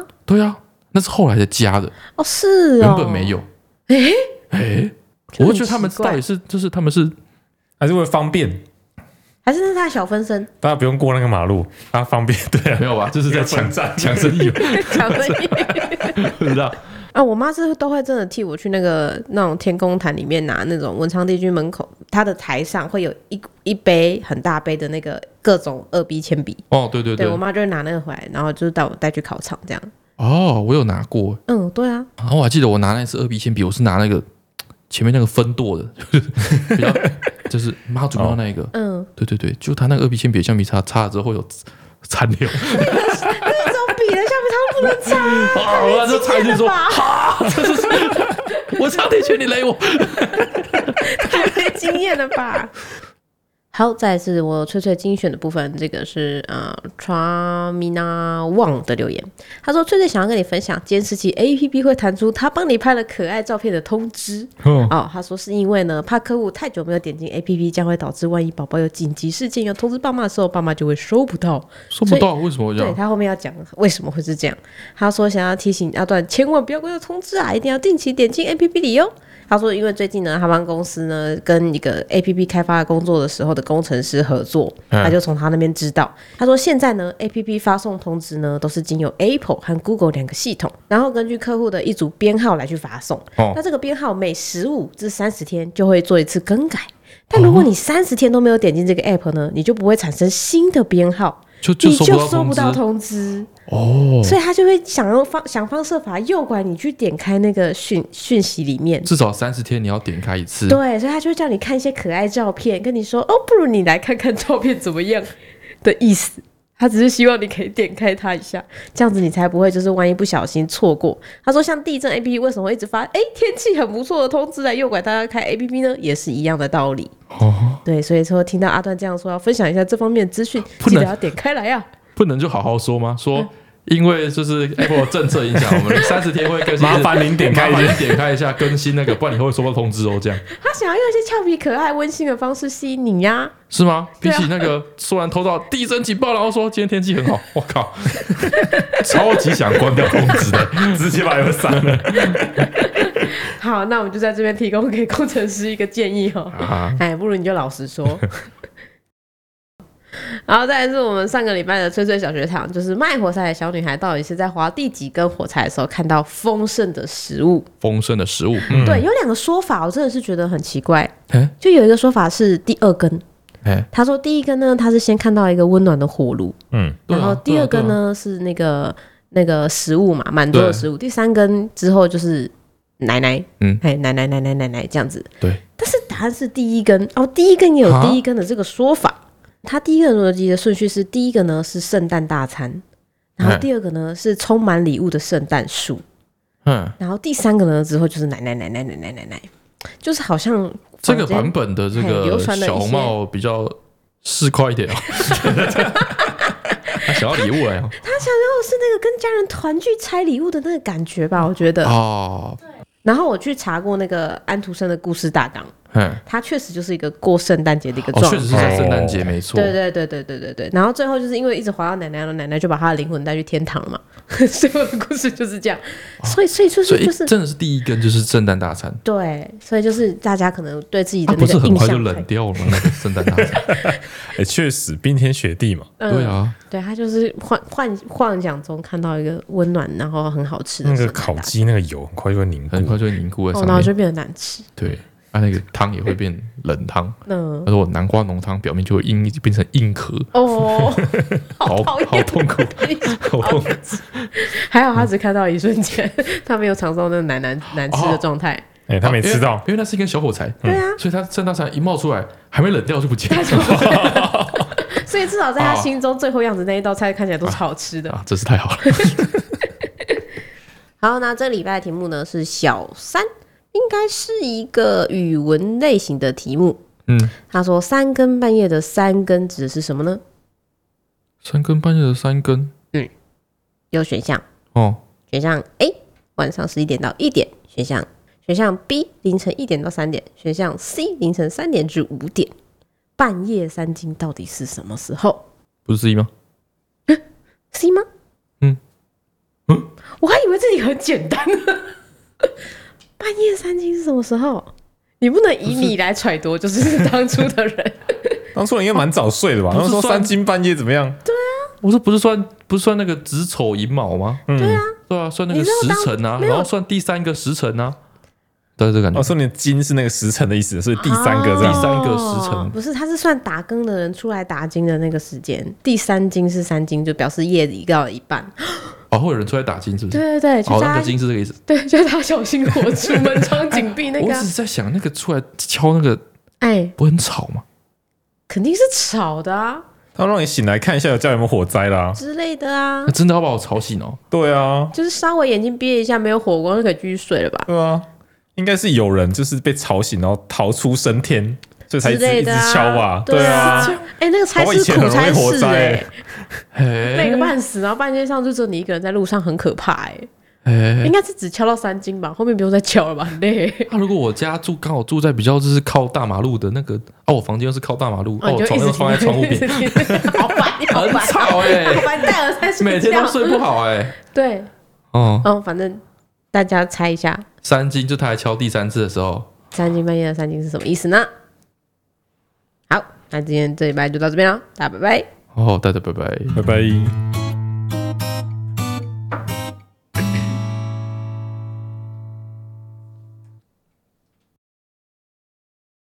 Speaker 2: 那是后来的加的，
Speaker 1: 哦是哦，
Speaker 2: 原本没有。
Speaker 1: 诶
Speaker 2: 哎、
Speaker 1: 这很
Speaker 2: 我就觉得他们
Speaker 1: 奇怪
Speaker 2: 到底是就是他们是
Speaker 3: 还是为了方便，
Speaker 1: 还是那是他的小分 身，
Speaker 3: 大家不用过那个马路，大家方便。对啊
Speaker 2: 哎没，有吧？ 就是在抢
Speaker 3: 占
Speaker 2: 抢生意，
Speaker 1: 小分身。
Speaker 2: 不知 道。
Speaker 1: 啊，我妈是都会真的替我去那个那种天宫坛里面拿那种文昌帝君门口，它的台上会有一一杯很大杯的那个各种二 B 铅笔，
Speaker 2: 哦，对对
Speaker 1: 对
Speaker 2: 对
Speaker 1: 我，妈就会拿那个回来，然后就是带我带去考场这样。
Speaker 2: 哦，我有拿过。
Speaker 1: 嗯，对啊，
Speaker 2: 然后我还记得我拿那支二 B 铅笔，我是拿那个前面那个分舵的， 就是比较 就是妈祖庙那一个。
Speaker 1: 嗯，
Speaker 2: 对对对，就他那个二 B 铅笔的橡皮 擦擦了之后会有残留，
Speaker 1: 这种笔的橡皮擦不能擦，
Speaker 2: 啊，我那时候差一点说，
Speaker 1: 吧
Speaker 2: 哈，这是 我差点劝你雷我。
Speaker 1: 太没经验了吧？好，再来是我翠翠精选的部分，这个是呃 Tramina Wang 的留言，他说翠翠想要跟你分享监视器 APP 会弹出他帮你拍了可爱照片的通知。
Speaker 3: 嗯
Speaker 1: 哦，他说是因为呢，怕客户太久没有点进 APP，将会导致万一宝宝有紧急事件要通知爸妈的时候，爸妈就会收不到。
Speaker 2: 说不到为什么这
Speaker 1: 对
Speaker 2: 样？
Speaker 1: 他后面要讲为什么会是这样。他说想要提醒阿段，千万不要忽略通知啊，一定要定期点进 APP 里哟。他说，因为最近呢，他帮公司呢跟一个 APP 开发工作的时候的工程师合作，
Speaker 2: 嗯
Speaker 1: 他就从他那边知道。他说，现在呢，APP 发送通知呢都是经由 Apple 和 Google 两个系统，然后根据客户的一组编号来去发送。
Speaker 2: 哦
Speaker 1: 那这个编号每十五至三十天就会做一次更改。
Speaker 2: 哦
Speaker 1: 但如果你三十天都没有点进这个 app 呢，你就不会产生新的编号，
Speaker 2: 就就
Speaker 1: 你
Speaker 2: 收
Speaker 1: 就收
Speaker 2: 不
Speaker 1: 不到
Speaker 2: 到通知
Speaker 1: 通知，
Speaker 2: 哦。
Speaker 1: 所以他就会想要方想方设法诱拐你去点开那个讯讯息里面。
Speaker 2: 至少三十天你要点开一次。
Speaker 1: 对，所以他就会叫你看一些可爱照片，跟你说哦，不如你来看看照片怎么样的意思。他只是希望你可以点开它一下，这样子你才不会就是万一不小心错过。他说，像地震 A P P 为什么会一直发哎天气很不错的通知来诱拐大家开 A P P 呢？也是一样的道理。
Speaker 2: 哦，
Speaker 1: 对，所以说听到阿段这样说，要分享一下这方面的资讯，
Speaker 2: 不
Speaker 1: 记
Speaker 2: 能
Speaker 1: 得要点开来啊。
Speaker 2: 不能就好好说吗？
Speaker 1: 嗯
Speaker 2: 说因为就是 Apple 政策影响，我 们三十天会更新。
Speaker 3: 麻烦您点开一
Speaker 2: 麻
Speaker 3: 下
Speaker 2: 烦您点开一下更新那个，不然你会收到通知哦。这样
Speaker 1: 他想要用一些俏皮、可爱、温馨的方式吸引你呀、
Speaker 2: 是吗？比
Speaker 1: 对啊
Speaker 2: 起那个突然偷到地震警报，然后说今天天气很好，哦我靠，超级想关掉通知的。
Speaker 3: 直接把你们删了。
Speaker 1: 好，那我们就在这边提供给工程师一个建议哦。
Speaker 2: 啊
Speaker 1: 哎，不如你就老实说。 然后再来是我们上个礼拜的吹吹小学堂，就是卖火柴的小女孩到底是在划第几根火柴的时候看到丰盛的食物？
Speaker 2: 丰盛的食物，嗯
Speaker 1: 对，有两个说法，我真的是觉得很奇怪
Speaker 2: 嗯。
Speaker 1: 就有一个说法是第二根，
Speaker 2: 哎，
Speaker 1: 他说第一个呢，他是先看到一个温暖的火炉，
Speaker 3: 嗯，
Speaker 2: 对啊
Speaker 1: 然后第二个？呢、是那个那个食物嘛，满桌的
Speaker 2: 对
Speaker 1: 食物。第三根之后就是奶奶，
Speaker 2: 嗯
Speaker 1: 哎，奶奶奶奶奶奶这样子。
Speaker 2: 对啊对，
Speaker 1: 但是答案是第一根哦，第一根也有
Speaker 2: 啊
Speaker 1: 第一根的这个说法。他第一个逻辑的顺序是：第一个呢是圣诞大餐，然后
Speaker 2: 嗯
Speaker 1: 第二个呢是充满礼物的圣诞树，
Speaker 2: 嗯，
Speaker 1: 然后第三个呢之后就是奶奶奶奶奶奶奶奶，就是好像
Speaker 2: 这个
Speaker 1: 房间哦
Speaker 2: 版本的这
Speaker 1: 嘿流
Speaker 2: 个
Speaker 1: 传了一些
Speaker 2: 小红帽比较市侩一点哦， 他想要礼物哎哦
Speaker 1: 是那个跟家人团聚拆礼物的那个感觉吧，我觉得。
Speaker 2: 哦，
Speaker 1: 然后我去查过那个安徒生的故事大纲，
Speaker 2: 嗯，
Speaker 1: 他确实就是一个过圣诞节的一个
Speaker 2: 哦，
Speaker 1: 状态。
Speaker 2: 确实是在圣诞节没错，
Speaker 1: 对对对对对对对，然后最后就是因为一直滑到奶奶了，奶奶就把她的灵魂带去天堂了嘛。 所以我的故事就是这样，所以所以就是
Speaker 2: 哦所以
Speaker 1: 就
Speaker 2: 一
Speaker 1: 是
Speaker 2: 真的是第一根就是圣诞大餐，
Speaker 1: 对，所以就是大家可能对自己
Speaker 2: 它
Speaker 1: 的
Speaker 2: 啊
Speaker 1: 那
Speaker 2: 不是
Speaker 1: 个
Speaker 2: 很
Speaker 1: 印
Speaker 2: 快就
Speaker 1: 象太，
Speaker 2: 冷掉了吗？那个圣诞大 餐，
Speaker 3: 哎，确实冰天雪地嘛，
Speaker 1: 嗯
Speaker 2: 对，啊，
Speaker 1: 对他就是幻幻幻想中看到一个温暖然后很好吃的
Speaker 3: 那个
Speaker 1: 圣诞
Speaker 3: 烤
Speaker 1: 大餐
Speaker 3: 鸡那个油很快就会 凝固
Speaker 2: 很，快就会凝固
Speaker 1: 嗯
Speaker 2: 在
Speaker 1: 哦，然后
Speaker 2: 上面，
Speaker 1: 就变得难吃。
Speaker 2: 对，它那个汤也会变冷汤。
Speaker 1: 嗯
Speaker 2: 他，说我南瓜浓汤表面就会硬变成硬壳，
Speaker 1: 哦，
Speaker 2: 好
Speaker 1: 讨厌
Speaker 2: 好痛苦，好痛苦。
Speaker 1: 还好他只看到一瞬间， 他没有尝到那个难难难吃
Speaker 2: 哦
Speaker 1: 的状态。
Speaker 3: 哎，他没吃到，
Speaker 2: 因为那是一根小火柴，
Speaker 1: 对啊，
Speaker 2: 所以它圣诞菜一冒出来，还没冷掉就不见了
Speaker 1: 所以至少在他
Speaker 2: 哦
Speaker 1: 心中最后样子那一道菜看起来都是好吃的。
Speaker 2: 啊！真是太好了。
Speaker 1: 好，那这礼拜的题目呢是小三，应该是一个语文类型的题目。
Speaker 2: 嗯，
Speaker 1: 他说三更半夜的三更指的是什么呢？
Speaker 2: 三更半夜的三更
Speaker 1: 有选项，
Speaker 2: 哦，
Speaker 1: 选项 A 晚上十一点到一点，选项选项 B 凌晨一点到三点，选项 C 凌晨三点至五点。半夜三更到底是什么时候
Speaker 2: 不是之一吗？
Speaker 1: ？C 吗？
Speaker 2: 嗯嗯，
Speaker 1: 我还以为这里很简单 呢。半夜三更是什么时候？你不能以
Speaker 2: 不是
Speaker 1: 你来揣度，就是当初的人。
Speaker 3: 当初人应该蛮早睡的吧？
Speaker 2: 不是
Speaker 3: 他们说
Speaker 2: 算
Speaker 3: 三更半夜怎么样？
Speaker 2: 我说不是算不是算那个子丑寅卯吗？
Speaker 3: 对啊，
Speaker 2: 对啊，算那个
Speaker 1: 你知
Speaker 2: 时
Speaker 1: 道当
Speaker 2: 辰啊，
Speaker 1: 没有
Speaker 2: 然后算第三个时辰啊，大概这个感
Speaker 3: 哦，
Speaker 2: 觉。
Speaker 3: 说你的金是那个时辰的意思，所以第嗯三个这
Speaker 2: 第
Speaker 3: 样。
Speaker 2: 三个时辰
Speaker 1: 哦不是，他是算打更的人出来打更的那个时间，第三更是三更，就表示夜里到了一半。
Speaker 2: 哦，会有人出来打金是不是？
Speaker 1: 对对对，就
Speaker 2: 哦，
Speaker 1: 是
Speaker 2: 那
Speaker 1: 他、
Speaker 2: 个金是这个意思。
Speaker 1: 对，就是他小心火烛门窗紧闭那
Speaker 2: 我
Speaker 1: 个
Speaker 2: 只
Speaker 1: 啊
Speaker 2: 是，在想，那个出来敲那个
Speaker 1: 哎，
Speaker 2: 不会很吵吗？
Speaker 1: 肯定是吵的啊
Speaker 3: 他让你醒来看一下有家有没有火灾啦。
Speaker 1: 之类的啊
Speaker 2: 那，真的要把我吵醒哦。
Speaker 3: 对啊，
Speaker 1: 就是稍微眼睛憋一下，没有火光就可以继续睡了吧？
Speaker 3: 对啊，应该是有人就是被吵醒，然后逃出升天，所以才
Speaker 1: 之
Speaker 3: 一直
Speaker 1: 类
Speaker 3: 一直
Speaker 1: 的啊，
Speaker 3: 敲吧。
Speaker 1: 对
Speaker 3: 对啊，，
Speaker 1: 哎，那个差
Speaker 3: 搞不好以
Speaker 1: 事
Speaker 3: 前
Speaker 1: 苦
Speaker 3: 很容易
Speaker 1: 差
Speaker 3: 火
Speaker 1: 事
Speaker 3: 灾
Speaker 1: 哎
Speaker 3: 欸，
Speaker 1: 累
Speaker 2: 哎
Speaker 1: 个半死，然后半夜上就只有你一个人在路上，很可怕哎。
Speaker 2: 哎，
Speaker 1: 应该是只敲到三斤吧，后面不用再敲了吧，很累。
Speaker 2: 那、啊如果我家住刚好住在比较就是靠大马路的那个，哦，我房间又是靠大马路，
Speaker 1: 哦，
Speaker 2: 哦，
Speaker 1: 你
Speaker 2: 我
Speaker 1: 就
Speaker 2: 床
Speaker 1: 一直
Speaker 2: 又放在
Speaker 1: 听
Speaker 2: 窗户
Speaker 1: 一直
Speaker 2: 边，
Speaker 1: 听好烦，你好
Speaker 2: 很
Speaker 1: 烦，
Speaker 2: 吵哎、
Speaker 1: 好烦，戴耳塞睡觉
Speaker 2: 每天都睡不好哎、
Speaker 1: 啊对，
Speaker 2: 哦，
Speaker 1: 嗯，反正大家猜一下，
Speaker 2: 三金就他来敲第三次的时候，
Speaker 1: 三更半夜的三更是什么意思呢？好，那今天这礼拜就到这边了，大家拜拜。
Speaker 2: 哦，大家拜拜。
Speaker 3: 拜拜。